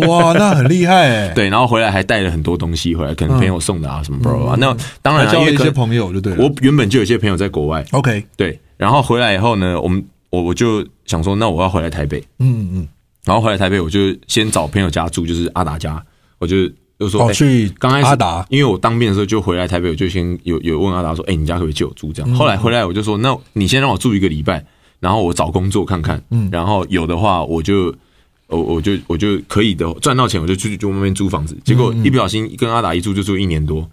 哇，那很厉害哎、
(laughs) 对，然后回来还带了很多东西回来，可能朋友送的啊什么 bro 啊，那当
嗯还
然啊
交
因
了
为
一
可
些
能
朋友就对了。
我原本就有些朋友在国外，
OK，
对，然后回来以后呢，我们我我就想说，那我要回来台北，
嗯嗯，
然后回来台北，我就先找朋友家住，就是阿达家，我就就说，
哦
哎
去
刚开始
阿达
因为我当兵的时候就回来台北，我就先有有问阿达说，哎、你家可不可以借我住这
嗯
样？后来回来我就说，那你先让我住一个礼拜，然后我找工作看看，嗯，然后有的话我就。我我就我就可以的，赚到钱我就去就外面租房子。结
嗯
果一不小心跟阿达一住就住一年多，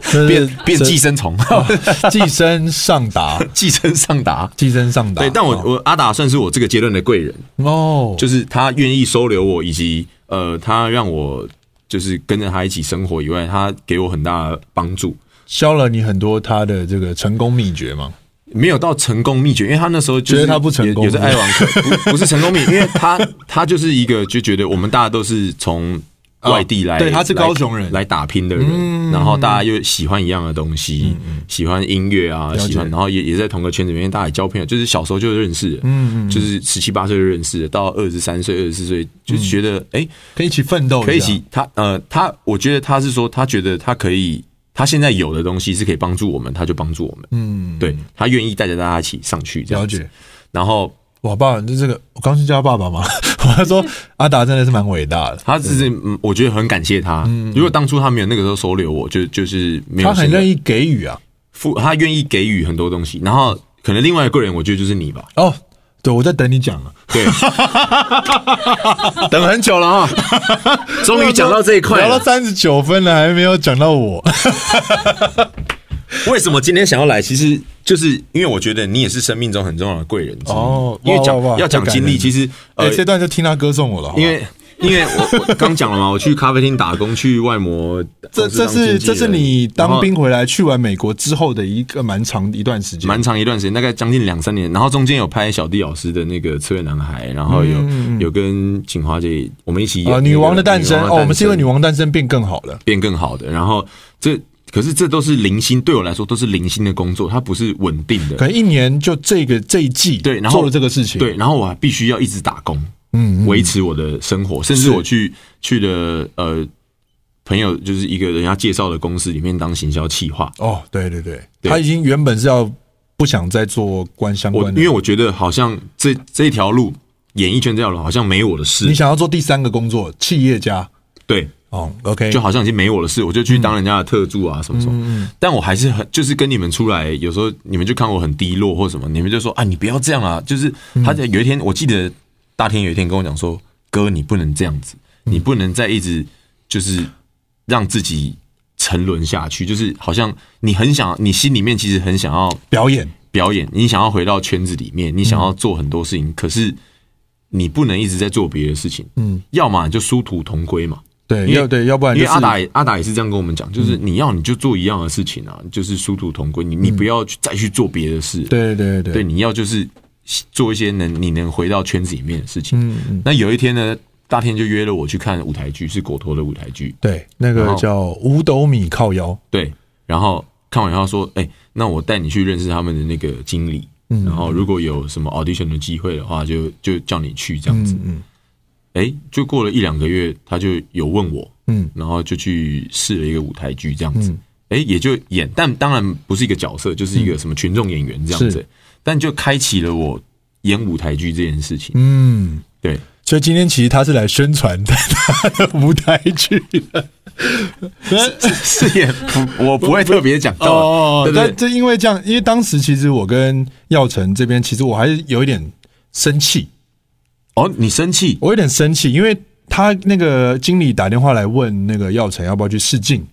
这是
变变
这
寄生虫，
(laughs)
(laughs)
寄生上达，
寄生上达。
寄生上达。
对，但我我阿达算是我这个阶段的贵人，
哦，
就是他愿意收留我，以及呃，他让我就是跟着他一起生活以外，他给我很大的帮助。
教了你很多他的这个成功秘诀嘛。
没有到成功秘诀，因为他那时候就
觉
是
得他不成功
有有在爱玩课，不不 (laughs) 是成功秘，因为他他就是一个就觉得我们大家都是从外地来，
哦对他是
来
高雄人嗯
来打拼的人，然后大家又喜欢一样的东西，喜欢音乐啊，
解
喜欢，然后也也在同个圈子里面，大家也交朋友，就是小时候就认识的，嗯嗯，就是十七八岁就认识的，到二十三岁、二十四岁，就是觉
嗯
得哎、诶
可以一起奋斗，
可以一起，他呃，他我觉得他是说，他觉得他可以，他现在有的东西是可以帮助我们，他就帮助我们。嗯，对他愿意带着大家一起上去这
了
样子。
解。
然后
哇，爸爸，就这个，我刚是叫他爸爸嘛， (laughs) 我要说阿达真的是蛮伟大的，
他是，嗯我觉得很感谢他。如果当初他没有那个时候收留我，就就是没有
他很
现在
愿意给予啊。
付，他愿意给予很多东西。然后可能另外一个人，我觉得就是你吧。
哦，对，我在等你讲啊。
对，等很久了啊、 (laughs) 终于讲到这一块
聊到
了。
三十九分了，还没有讲到我。
为什么今天想要来？其实就是因为我觉得你也是生命中很重要的贵人之
(laughs)
一。
哦
因为讲
哇哇哇
要讲经
太感人
历，其实
哎、
呃，
这段就听他歌送我了，好不好
因为因为我我刚讲了嘛，我去咖啡厅打工，去外模
(laughs) 这
公司
这
当经纪
是
人
这是你当
然
兵
后
回来去完美国之后的一个蛮长一段时间，
蛮长一段时间，大概将近两三年。然后中间有拍小弟老师的那个《刺猬男孩》，然后有、有跟景华姐我们一起演那
嗯啊、
个
女王的诞生
女王
哦，我们是因为女王诞生变更好了，
变更好的。然后这可是这都是零星，对我来说都是零星的工作，它不是稳定的。
可能一年就这个这一季
对，然后
做了这个事情，
对，然后我还必须要一直打工，
嗯，嗯，
维持我的生活，甚至我去去的呃朋友就是一个人家介绍的公司里面当行销企划，
哦，对对对，
对
他已经原本是要不想再做关相
我
关的，
因为我觉得好像这这条路演艺圈这条路好像没我的
你
事，
想要做第三个工作，企业家
对，
哦，OK，
就好像已经没我的事，我就去当人家的特助啊什么什么，但我还是很就是跟你们出来，有时候你们就看我很低落或什么，你们就说啊你不要这样啊，就是他在有一天我记得大天有一天跟我讲说，哥你不能这样子，你不能再一直就是让自己沉沦下去，就是好像你很想你心里面其实很想要
表演，
表演，你想要回到圈子里面，你想要做很多事情，可是你不能一直在做别的事情。嗯，要么你就殊途同归嘛。
对，
因为
要对，要不然
因
啊就是嗯
为阿达也阿达也是这样跟我们讲，就是你要你就做一样的事情啊，就是殊途同归，你你不要去再去做别的事。
对对对
对，你要就是做一些能你能回到圈子里面的事情。
嗯
那有一天呢，大天就约了我去看舞台剧，是果陀的舞台剧。
对，那
然
个
后
叫五斗米靠腰，
对，然后看完以后说，哎、那我带你去认识他们的那个经理，
嗯
然后如果有什么 audition 的机会的话，就就叫你去这样子。
嗯
哎、就过了一两个月，他就有问我，
嗯
然后就去试了一个舞台剧这样子。哎、也就演，但当然不是一个角色，就是一个什么群众演员这样
嗯
子
是，
但就开启了我演舞台剧这件事情。
嗯。
对， (laughs)
所以今天其实他是来宣传他的 (laughs) 舞台剧的，
是演不，我不会特别
(laughs)
讲
哦
到，啊对对
但
哦对
这因为这样，因为当时其实我跟耀成这边，其实我还是有一点生气，
哦，你生气，
我有点生气，因为他那个经理打电话来问那个耀成要不要去试镜，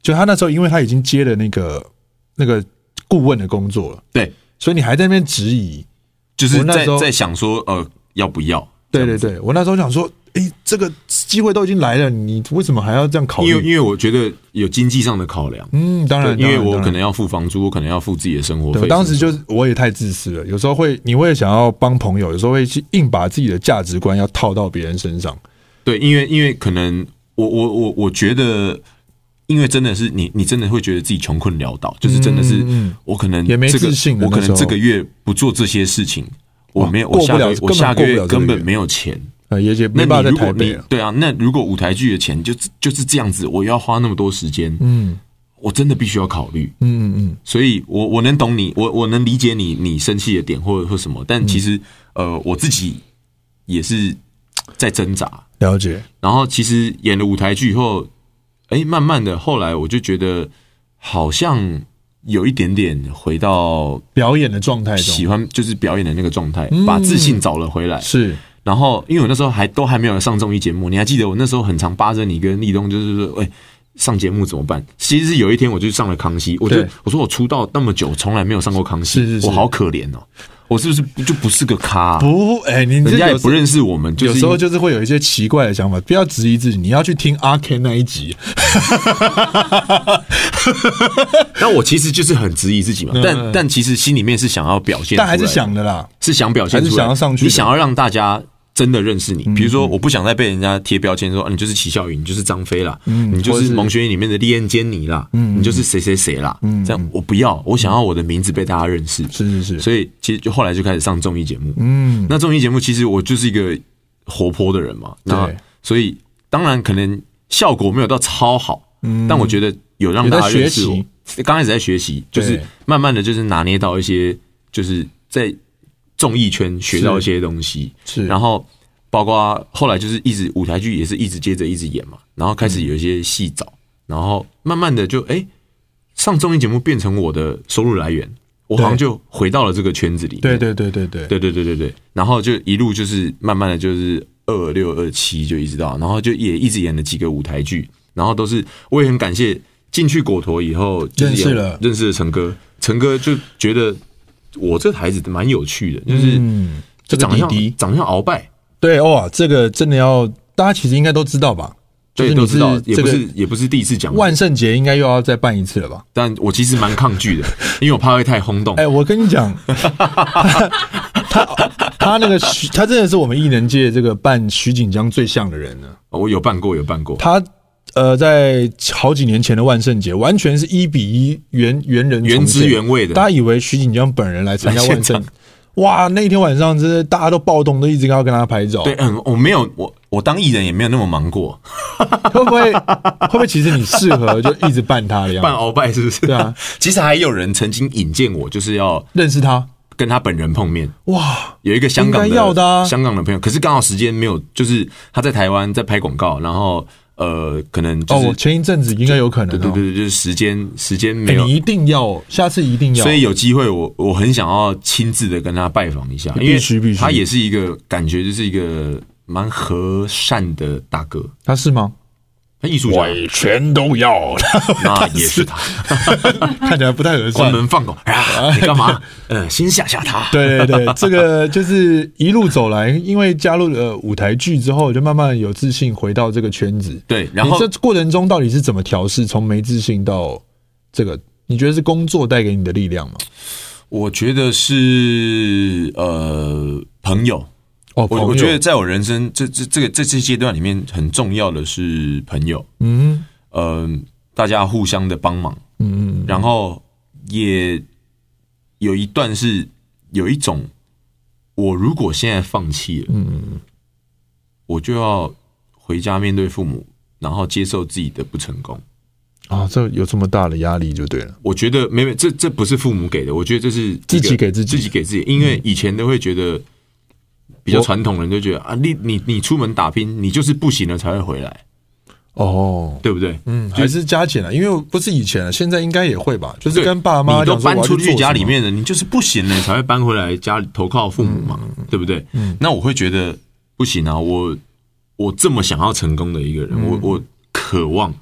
就他那时候因为他已经接了那个那个顾问的工作了，
对，
所以你还在那边质疑，
就是
我那
在
时候
在想说，呃，要不要？
对对对，我那时候想说，诶，这个机会都已经来了，你为什么还要这样考
因为因
虑？
为我觉得有经济上的考量，
嗯，当然，
因为
当然
我
当然
可能要付房租，我可能要付自己的生活
对，
费。
当时就是我也太自私了，有时候会你会想要帮朋友，有时候会去硬把自己的价值观要套到别人身上。
对，因为因为可能我我我我觉得，因为真的是你你真的会觉得自己穷困潦倒，就是真的是
嗯
我可能
也没
这个
自信了
我可
那时
能
候
这个月不做这些事情，我没有
哇
我下个
过
月
不了
我下个
根本过不了
月
这个
根本
月
没有钱。
呃，也也
那
没办
你
法
如
在
果
台
你
北了。
对啊，那如果舞台剧的钱就就是这样子，我要花那么多时间，
嗯
我真的必须要考虑。
嗯嗯
所以我我能懂你，我我能理解你你生气的点或或什么，
嗯
但其实、呃我自己也是在挣扎。
嗯，了解。
然后其实演了舞台剧以后，哎、慢慢的后来我就觉得好像有一点点回到
表演的状态中
喜欢就是表演的那个状态，
嗯
把自信找了回来。
是
然后因为我那时候还都还没有上综艺节目，你还记得我那时候很常扒着你跟立东，就是说，哎、上节目怎么办？其实是有一天我就上了康熙，我就
对
我说我出道那么久，从来没有上过康熙，
是是是
我好可怜哦，我是不是就不是个咖啊、
不？哎、你这
人家也
有时
不认识我们，就是
有时候就是会有一些奇怪的想法，不要质疑自己，你要去听阿 Ken 那一集。
但我其实就是很质疑自己嘛，
嗯嗯
但但其实心里面是想要表现出来的，
但还是想的啦，
是想表现出
还
来，
是想要上去的嗯
你想要让大家真的认识你。比如说，我不想再被人家贴标签说、啊、你就是齐孝宇，你就是张飞啦，你
嗯
就
或者
是
是嗯
萌学院里面的丽燕坚尼啦，你就是谁谁谁啦。这样我不要，我想要我的名字被大家认识。
是是是，
所以其实就后来就开始上综艺节目。
嗯，
那综艺节目其实我就是一个活泼的人嘛，那
对
所以当然可能效果没有到超好，但我觉得有让
嗯有在
大家认识
学
我
习。
刚开始在学习，就是
对
慢慢的就是拿捏到一些，就是在综艺圈学到一些东西，
是
然后包括后来就是一直舞台剧也是一直接着一直演嘛，然后开始有一些戏找，然后慢慢的就哎、诶上综艺节目变成我的收入来源。我好像就回到了这个圈子里面。
对对对对对，
对对对对对，然后就一路就是慢慢的就是二六二七就一直到，然后就也一直演了几个舞台剧，然后都是我也很感谢进去果陀以后就是演
认识了
认识了陈哥，陈哥就觉得我这孩子蛮有趣的，就是、
嗯，
就
这个
长得像
弟弟，
长得像鳌拜，
对哇，这个真的要大家其实应该都知道吧？就
对，
是
都
你
知道，也
这
不
个
是也不是第一次讲，
万圣节应该又要再办一次了吧？
但我其实蛮抗
(laughs)
拒的，因为我怕会太轰动
哎、。我跟你讲， (laughs) 他他那个徐他真的是我们艺能界这个扮徐锦江最像的人呢。
我有办过，有办过，
他呃，在好几年前的万圣节，完全是一比一原原人重
原汁
现
原味的
大家以为徐锦江本人来参加
来现
万圣
(laughs) 场，
哇！那一天晚上，真的大家都暴动，都一直要跟他拍照。
对，，嗯，我没有，我我当艺人也没有那么忙过，
会不会会不会其实你适合就一直扮他的样
办
子？
鳌拜是不是？
对啊，
其实还有人曾经引荐我，就是要
认识他，
跟他本人碰面。
哇！
有一个香港
应
的
该要的啊
香港的朋友，可是刚好时间没有，就是他在台湾在拍广告，然后呃，可能就
哦，
是、
我前一阵子应该有可能、
对
哦，
对对，对就是时间时间没
哎
有，
你一定要哦，下次一定要。
所以有机会我我很想要亲自的跟他拜访一下，因为
必须必须
他也是一个感觉就是一个蛮和善的大哥，
他是吗？
他艺术家，
全都要，
那也是他
(laughs) 看起来不太合
关
算。
门放狗，哎呀，你干嘛？呃，先吓吓他。
对对对，这个就是一路走来，因为加入了舞台剧之后，就慢慢有自信回到这个圈子。
对，然后
你这过程中到底是怎么调试？从没自信到这个，你觉得是工作带给你的力量吗？
我觉得是呃朋友，
哦，朋
我
友
我觉得，在我人生这这这个这这阶段里面很重要的是朋友，
嗯
呃，大家互相的帮忙，
嗯嗯，
然后也有一段是有一种，我如果现在放弃了，嗯，我就要回家面对父母，然后接受自己的不成功。
啊，这有这么大的压力就对了，
我觉得没有，这这不是父母给的，我觉得这是一个
自己给自己
自己给自己。因为以前都会觉得比较传统人就觉得啊，你你你出门打拼，你就是不行了才会回来，
哦。
对不对？
嗯，还是加减了，因为不是以前了，啊现在应该也会吧，就是
对，
跟爸妈
你都
讲说
搬
我要
出
去
去
做
家
什
里
么，
面了，你就是不行了，你才会搬回来家里投靠父母
嗯
嘛，对不对？那我会觉得不行啊，我我这么想要成功的一个人，
嗯
我我渴望，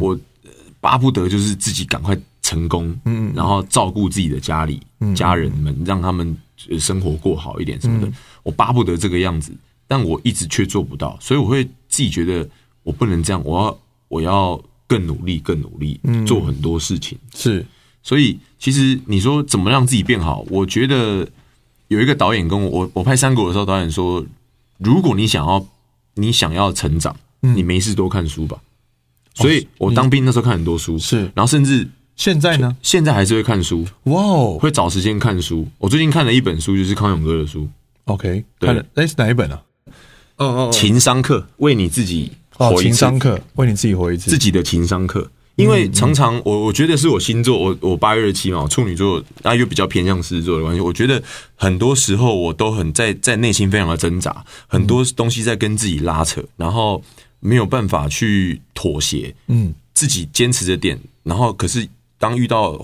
我呃巴不得就是自己赶快成功，
嗯
然后照顾自己的家里家人们，让他们呃生活过好一点什么
嗯
的，我巴不得这个样子，但我一直却做不到，所以我会自己觉得我不能这样，我要我要更努力，更努力，
嗯
做很多事情。
是
所以其实你说怎么让自己变好，我觉得有一个导演跟我我我拍《三国》的时候，导演说，如果你想要你想要成长，
嗯
你没事多看书吧。所以我当兵那时候看很多书，
哦是
然后甚至
现在呢？
现在还是会看书，
哇哦
会找时间看书。我最近看了一本书，就是康永哥的书
，OK，
对
看了，哎是哪一本啊？哦哦
《情商课》，为你自己
哦，
活一
情
次
商课，为你自己活一次
自，己的情商课，因为常常我我觉得是我星座，我我八月二七嘛，我处女座，那又比较偏向狮子座的关系，我觉得很多时候我都很在在内心非常的挣扎，很多东西在跟自己拉扯，然后没有办法去妥协，
嗯，
自己坚持着点，然后可是当遇到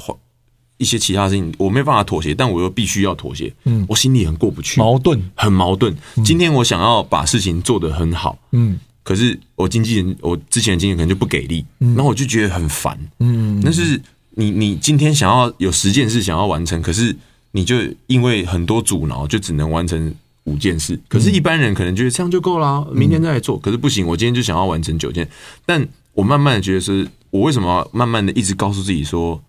一些其他事情，我没有办法妥协，但我又必须要妥协，嗯，我心里很过不去，
矛盾，
很矛盾。今天我想要把事情做得很好，
嗯
可是我经纪人，我之前的经纪人可能就不给力，然后我就觉得很烦。
嗯，
但是你你今天想要有十件事想要完成，可是你就因为很多阻挠，就只能完成五件
嗯
事。可是，一般人可能觉得这样就够啦，明天再来做。可是不行，我今天就想要完成九件。但我慢慢的觉得是，我为什么要慢慢的一直告诉自己说，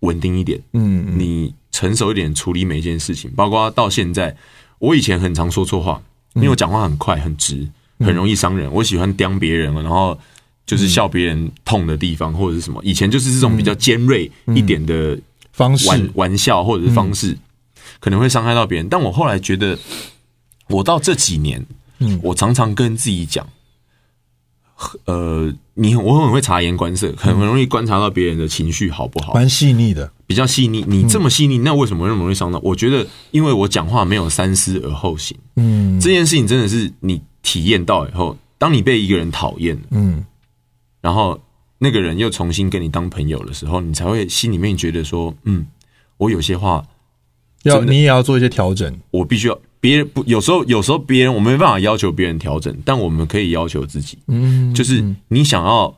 稳定一点，
嗯，
你成熟一点处理每一件事情，包括到现在，我以前很常说错话，
嗯
因为我讲话很快很直，很容易伤人。我喜欢刁别人，然后
嗯
就是笑别人痛的地方或者是什么。以前就是这种比较尖锐一点
嗯
的
方式，
玩玩笑或者是方
嗯
式，可能会伤害到别人。但我后来觉得，我到这几年，
嗯
我常常跟自己讲，呃，你很我很会察言观色，很容易观察到别人的情绪好不好。
蛮细腻的，
比较细
嗯
腻，你这么细腻，那为什么那么容易伤到？我觉得，因为我讲话没有三思而后行，
嗯
这件事情真的是你体验到以后，当你被一个人讨厌，
嗯。
然后那个人又重新跟你当朋友的时候，你才会心里面觉得说，嗯，我有些话
要你也要做一些调整。
我必须要别人不有时候有时候别人我没办法要求别人调整，但我们可以要求自己，
嗯，
就是你想要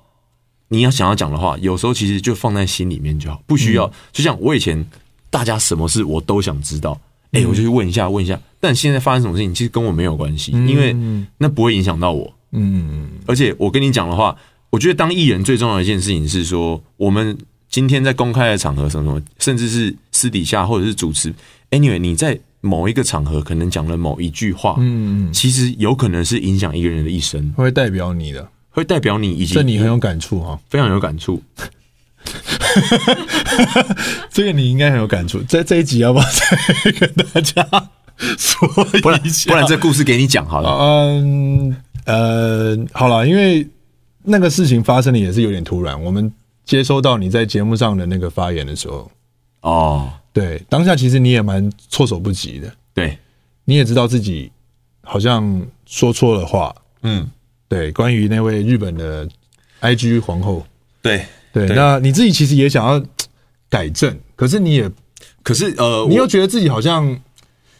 你要想要讲的话，有时候其实就放在心里面就好，不需要。就像我以前大家什么事我都想知道，哎、我就去问一下问一下，但现在发生什么事情其实跟我没有关系，因为那不会影响到我。
嗯，
而且我跟你讲的话，我觉得当艺人最重要的一件事情是说，我们今天在公开的场合，什么什么，甚至是私底下或者是主持，anyway，你在某一个场合可能讲了某一句话，
嗯，
其实有可能是影响一个人的一生，
会代表你的，
会代表你以及
这你很有感触哈、
非常有感触。
这个你应该很有感触。在这一集要不要再跟大家说
不然
一下？
不然这故事给你讲好了。
嗯呃，好了，因为那个事情发生的也是有点突然，我们接收到你在节目上的那个发言的时候，
哦，
对当下其实你也蛮措手不及的，
对，
你也知道自己好像说错了话，
嗯，
对，关于那位日本的 IG 皇后，
对。
对，
对
那你自己其实也想要嘖改正，可是你也
可是呃，
你
我
又觉得自己好像，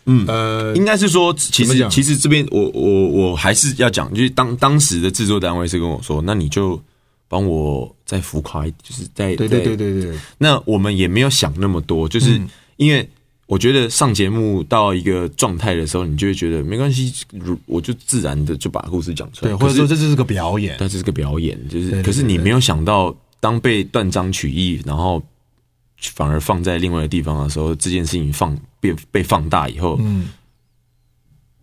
嗯
呃，
应该是说，其
怎么
实
讲
其实这边我我我还是要讲，就是当当时的制作单位是跟我说，那你就帮我再浮夸一点，就是在
对对对嗯
对。
对对对，
那我们也没有想那么多，就是因为我觉得上节目到一个状态的时候，你就会觉得没关系，如我就自然的就把故事讲出来，
对，或者
可是
说这就是个表演，
但这是个表演，就是
对对
可是你
对
没有想到，当被断章取义，然后反而放在另外的地方的时候，这件事情放变被放大以后，
嗯，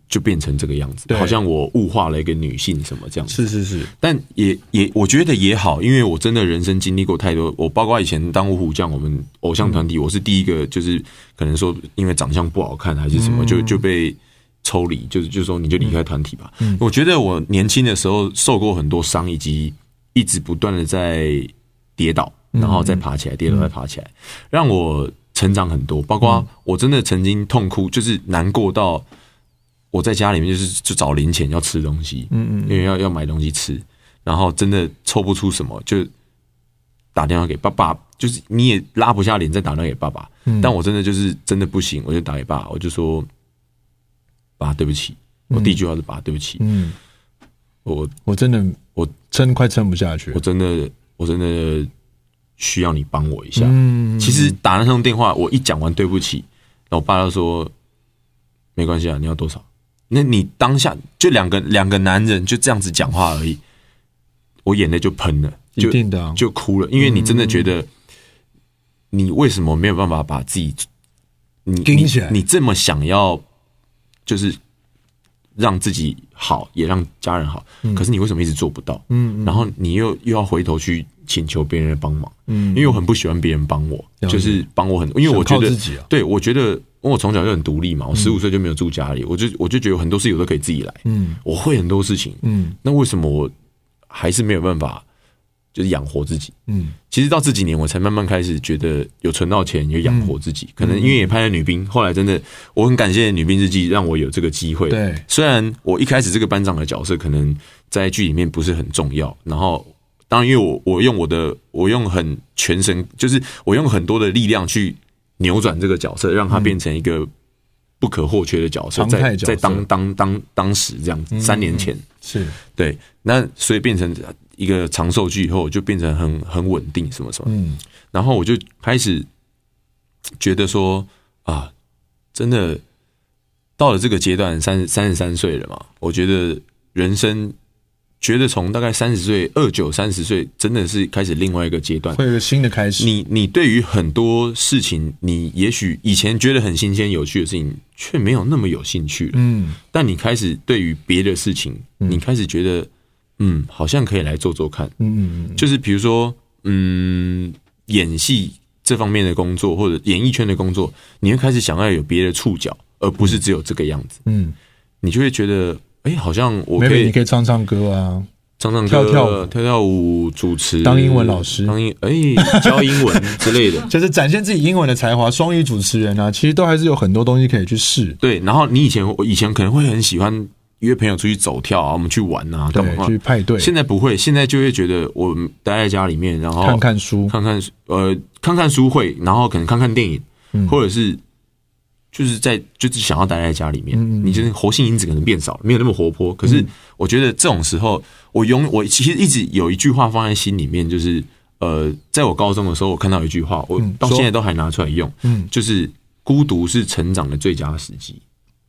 就变成这个样子，
对
好像我物化了一个女性什么这样子。
是是是，
但也也我觉得也好，因为我真的人生经历过太多，我包括以前当五虎将，我们偶像团体，我是第一个，就是可能说因为长相不好看还是什么，就就被抽离，就是就说你就离开团体吧。我觉得我年轻的时候受过很多伤，以及一直不断的在跌倒，然后再爬起来，跌倒再爬起来，让我成长很多。包括我真的曾经痛哭，就是难过到。我在家里面就是就找零钱要吃东西，嗯嗯，因为要要买东西吃，然后真的凑不出什么，就打电话给爸爸，就是你也拉不下脸再打电话给爸爸。
嗯
但我真的就是真的不行，我就打给爸，我就说：“爸，对不起。”我第一句话是：“爸，对不起。
嗯，
我
我真的
我
撑快撑不下去
我，真的我真的需要你帮我一下。
嗯，
其实打那通电话，我一讲完对不起，然后我爸就说：“没关系啊，你要多少？”那你当下就两个两个男人就这样子讲话而已，我眼泪就喷了，
一
就
定的啊，嗯
就哭了，因为你真的觉得，你为什么没有办法把自己，你
盯起来
你你这么想要，就是让自己好，也让家人好，可是你为什么一直做不到？
嗯
然后你又又要回头去请求别人的帮忙，
嗯
因为我很不喜欢别人帮我，
了解
就是帮我很，因为
想
我觉
靠
得
自己啊
对我觉得。因为我从小就很独立嘛，我十五岁就没有住家里，我就我就觉得很多事情我都可以自己来，
嗯
我会很多事情，
嗯
那为什么我还是没有办法就是养活自己？
嗯
其实到这几年，我才慢慢开始觉得有存到钱，有养活自
嗯
己。可能因为也拍了女兵，后来真的我很感谢《女兵日记》，让我有这个机会。
对
虽然我一开始这个班长的角色可能在剧里面不是很重要，然后当然因为我我用我的我用很全身，就是我用很多的力量去扭转这个角色，让它变成一个不可或缺的角色，
常态
在
角色嗯
在当当当当时这样子，三年前。
是，
对，那所以变成一个长寿剧以后，就变成很很稳定什么什么，
嗯
然后我就开始觉得说啊，真的到了这个阶段，三三十三岁了嘛，我觉得人生觉得从大概三十岁、二九、三十岁，真的是开始另外一个阶段。
会有一个新的开始，
你你对于很多事情，你也许以前觉得很新鲜有趣的事情，却没有那么有兴趣了。
嗯
但你开始对于别的事情，你开始觉得，嗯，好像可以来做做看。
嗯嗯
就是比如说，嗯，演戏这方面的工作，或者演艺圈的工作，你会开始想要有别的触角，而不是只有这个样子。
嗯
你就会觉得，哎、好像我可
，maybe 你
以
可以唱唱歌啊，
唱唱歌、
跳跳舞
跳跳舞、主持、
当英文老师
当英哎、教英文之类的。 (laughs)
就是展现自己英文的才华，双语主持人啊，其实都还是有很多东西可以去试，
对，然后你以前我以前可能会很喜欢约朋友出去走跳啊，我们去玩啊，干嘛
对，
干嘛
去派对，
现在不会，现在就会觉得我待在家里面，然后
看看书，
看看呃看看书会，然后可能看看电影，
嗯
或者是就是在就是想要待在家里
嗯
面，你就是活性因子可能变少了，没有那么活泼。可是我觉得这种时候，我永我其实一直有一句话放在心里面，就是呃，在我高中的时候，我看到一句话，我
嗯
到
说
现在都还拿出来用，
嗯
就是孤独是成长的最佳时机。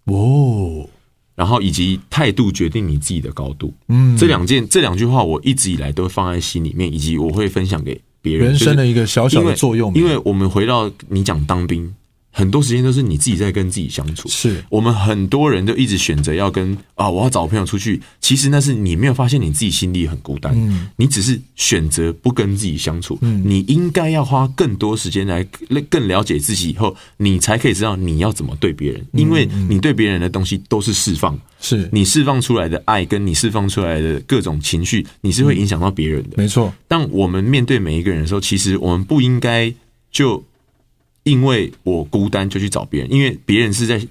哦，
然后以及态度决定你自己的高度，
嗯，
这两件这两句话我一直以来都放在心里面，以及我会分享给别人。
人生的
就是
一个小小
因
的
为
作用，
因为我们回到你讲当兵，很多时间都是你自己在跟自己相处。
是
我们很多人都一直选择要跟啊，我要找朋友出去。其实那是你没有发现你自己心里很孤单，
嗯
你只是选择不跟自己相处。
嗯
你应该要花更多时间来更了解自己，以后你才可以知道你要怎么对别
嗯
人，因为你对别人的东西都是释放。
是，
你释放出来的爱跟你释放出来的各种情绪，你是
嗯
会影响到别人的。
没错，
但我们面对每一个人的时候，其实我们不应该就因为我孤单就去找别人，因为别人是在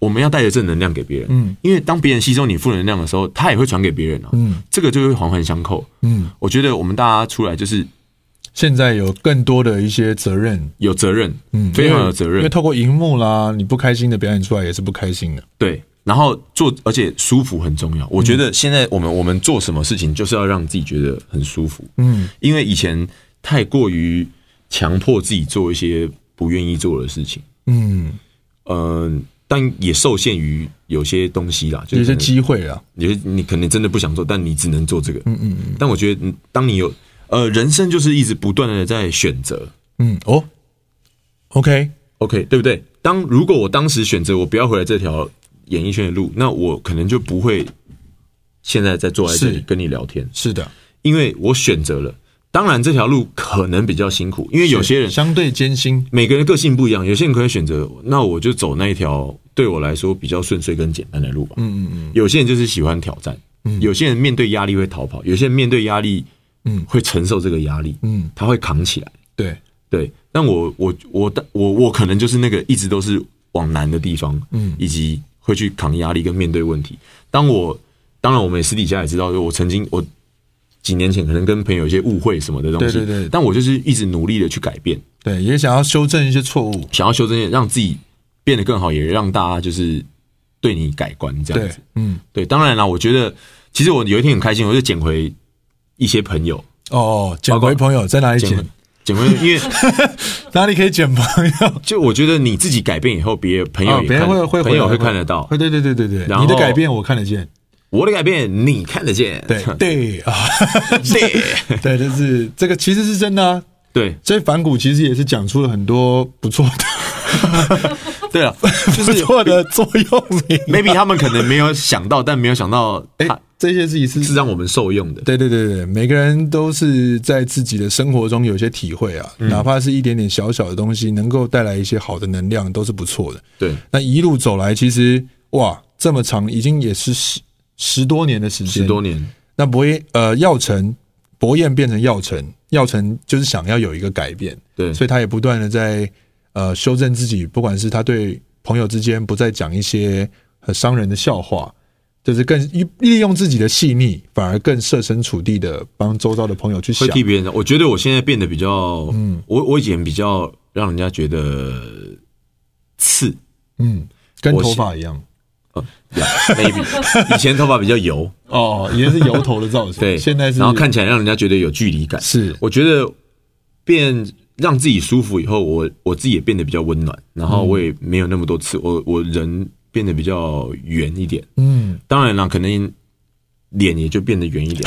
我们要带着正能量给别人。
嗯，
因为当别人吸收你负能量的时候，他也会传给别人啊。
嗯
这个就会环环相扣。
嗯，
我觉得我们大家出来就是
现在有更多的一些责任，
有责任，
嗯，
非常
因为
有责
因
任
为，透过荧幕啦，你不开心的表演出来也是不开心的，
对。然后做，而且舒服很重要。
嗯
我觉得现在我们我们做什么事情，就是要让自己觉得很舒服。
嗯
因为以前太过于强迫自己做一些不愿意做的事情，
嗯，
嗯，但也受限于有些东西啦，就
有
是
些
可能
机会啊，
有些你可能真的不想做，但你只能做这个。
嗯嗯
但我觉得，嗯当你有呃，人生就是一直不断的在选择
嗯，哦，OK，
，OK，对不对？当如果我当时选择我不要回来这条演艺圈的路，那我可能就不会现在在坐在这
是
里跟你聊天。
是的，
因为我选择了。当然，这条路可能比较辛苦，因为有些人
相对艰辛，
每个人个性不一样，有些人可以选择，那我就走那一条对我来说比较顺遂跟简单的路吧。
嗯嗯嗯，
有些人就是喜欢挑战，有些人面对压力会逃跑，有些人面对压力，
嗯
会承受这个压力，
嗯，
他会扛起来。
对，
对，但我我我我我可能就是那个一直都是往难的地方，
嗯
以及会去扛压力跟面对问题。当我当然我们也私底下也知道，我曾经我几年前可能跟朋友有一些误会什么的东西，
对对对
但我就是一直努力的去改变，
对，也想要修正一些错误，
想要修正，让自己变得更好，也让大家就是对你改观这样
对
子。，
嗯，
对，当然啦，我觉得其实我有一天很开心，我就捡回一些朋友，
哦，捡
包括
回朋友在哪里
捡回
捡？
捡回，因为
哪里可以捡朋友？
就我觉得你自己改变以后，
(laughs)
别人朋友
哦，
也
别人
看
会
得
会
朋
回
友
来
会看得到，
会对对对对对，
然后
你的改变我看得
(laughs)
见，
我的改变你看得见，
对对啊，
对
(laughs) 对，就是这个其实是真的啊。
对
所以反骨其实也是讲出了很多不错的、
对啊，就
不
是
错的座右铭。
maybe 他们可能没有想到，但没有
(laughs)
想到，
哎
哎，，
这些是一次，
是让我们受用的。
对对对对，每个人都是在自己的生活中有一些体会啊，
嗯
哪怕是一点点小小的东西，能够带来一些好的能量，都是不错的。
对，
那一路走来，其实哇，这么长，已经也是十十多年的时间，
十多年，
那博彦呃耀成，博彦变成耀成，耀成就是想要有一个改变，
对
所以他也不断的在呃修正自己，不管是他对朋友之间不再讲一些很伤人的笑话，就是更利用自己的细腻，反而更设身处地的帮周遭的朋友去
会
想，
替别人的。我觉得我现在变得比较，嗯，我我以前比较让人家觉得
(laughs)
刺。
嗯，跟
我
头
是
发一样。
呃 yeah, maybe 以前头发比较油，
哦，以前是油头的造型，
对，
现在是
然后看起来让人家觉得有距离感。
是
我觉得变让自己舒服以后，我我自己也变得比较温暖，然后我也没有那么多刺，我我人变得比较圆一点。
嗯
当然了，可能脸也就变得圆
(laughs)
一点。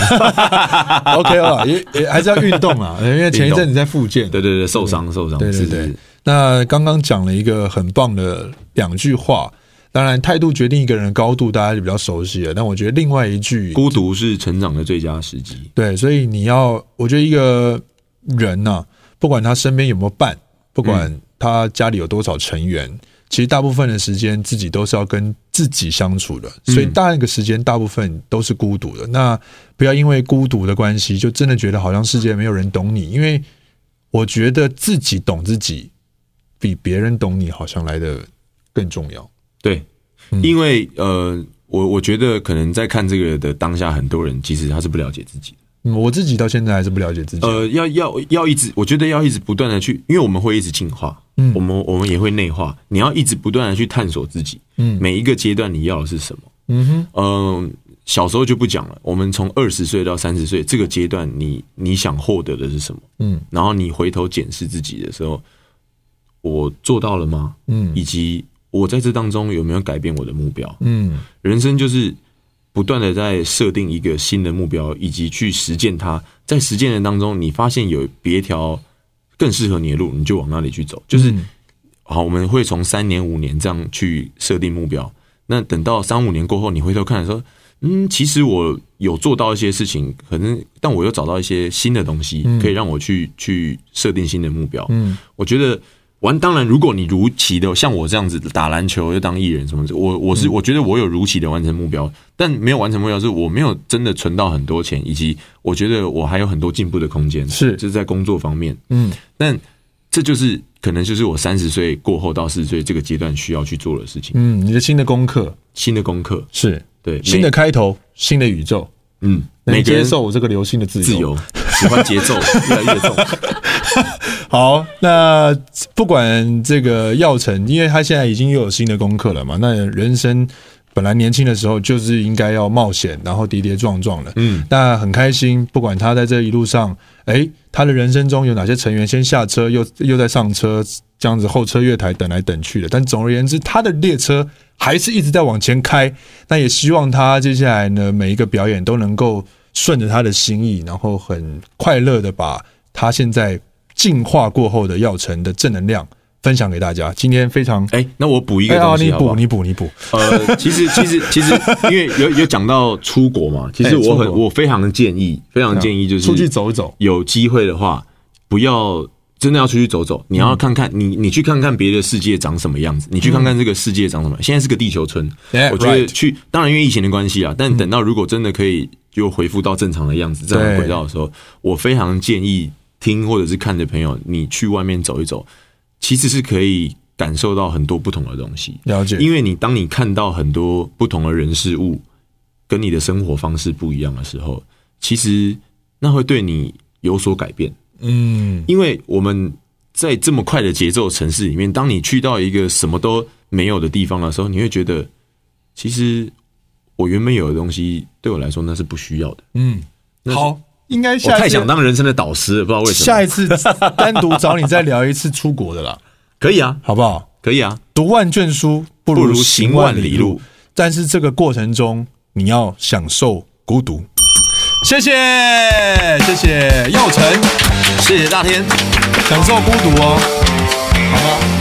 ，OK 了，也也还是要运动
(laughs)
啊，因为前一阵子在复健，
对对对，受伤受伤，
对对
是
对
是。
那刚刚讲了一个很棒的两句话，当然态度决定一个人的高度，大家就比较熟悉了。但我觉得另外一句，
孤独是成长的最佳时机。
对，所以你要，我觉得一个人呐、不管他身边有没有伴，不管他家里有多少成员，其实大部分的时间自己都是要跟自己相处的，所以大那个时间大部分都是孤独的。那不要因为孤独的关系，就真的觉得好像世界没有人懂你，因为我觉得自己懂自己比别人懂你好像来的更重要。
对，
嗯
因为呃，我我觉得可能在看这个的当下，很多人其实他是不了解自己的。
嗯，我
呃
自己到现在还是不了解自己。
呃，要要要一直，我觉得要一直不断的去，因为我们会一直进化，
嗯
我们我们也会内化。你要一直不断的去探索自己，
嗯
每一个阶段你要的是什么？
嗯哼，
嗯，小时候就不讲了。我们从二十岁到三十岁这个阶段你，你想获得的是什么？
嗯
然后你回头检视自己的时候，我做到了吗？
嗯
以及我在这当中有没有改变我的目标？
嗯
人生就是不断的在设定一个新的目标，以及去实践它。在实践的当中，你发现有别条更适合你的路，你就往那里去走。就是、好，我们会从三年、五年这样去设定目标。那等到三五年过后，你回头看说，嗯，其实我有做到一些事情，可能但我又找到一些新的东西，可以让我去去设定新的目标。
嗯，
我觉得玩，当然，如果你如期的像我这样子打篮球又当艺人什么的，我我
嗯
是、我觉得我有如期的完成目标，但没有完成目标是我没有真的存到很多钱，以及我觉得我还有很多进步的空间，
是
就是在工作方面，
嗯
但这就是可能就是我三十岁过后到四十岁这个阶段需要去做的事情，
嗯，你的新的功课
新的功课，
是
对，
新
每
的开头，新的宇宙，
嗯，
能
每个
接
人
受我这个流星的自由。
自由，喜欢节奏越来
(laughs)
越重，
好，那不管这个药晨，因为他现在已经又有新的功课了嘛，那人生本来年轻的时候就是应该要冒险，然后跌跌撞撞的。
嗯，
那很开心，不管他在这一路上，哎，他的人生中有哪些成员先下车，又又在上车，这样子候车月台等来等去的。但总而言之，他的列车还是一直在往前开。那也希望他接下来呢，每一个表演都能够顺着他的心意，然后很快乐的把他现在进化过后的药城的正能量分享给大家。今天非常。
哎、那我补一个
哎啊
东
你
西好不好
补，？你补，你补，
呃，其实其实其实，因为有有讲到出国嘛，其
哎
实我
出
很
国嗯
我非常建议，非常建议就是
出去走一走。
有机会的话，不要真的要出去走走，你
嗯
要看看、你你去看看别的世界长什么样子，你去看看这个世界长什么样。现在是个地球村
Yeah,
我觉得
哎 right
去当然因为疫情的关系啊，但等到如果真的可以就恢复到正常的样子、正常轨道的时候，我非常建议听或者是看的朋友，你去外面走一走，其实是可以感受到很多不同的东西。
了解，
因为你当你看到很多不同的人事物跟你的生活方式不一样的时候，其实那会对你有所改变。
嗯，
因为我们在这么快的节奏城市里面，当你去到一个什么都没有的地方的时候，你会觉得，其实我原本有的东西对我来说那是不需要的。
嗯，
是
好，应该
我
下
太
一次
想当人生的导师了，不知道为什
下
么。
一次单独找你再聊一次出国
(laughs)
的啦，
可以啊，
好不好？
可以啊，
读万卷书不
不
如
如
行
行
万
万
里
里
路
路，
但是这个过程中你要享受孤独。谢谢，谢谢耀成，
谢谢大天。
享受孤独哦，好吗？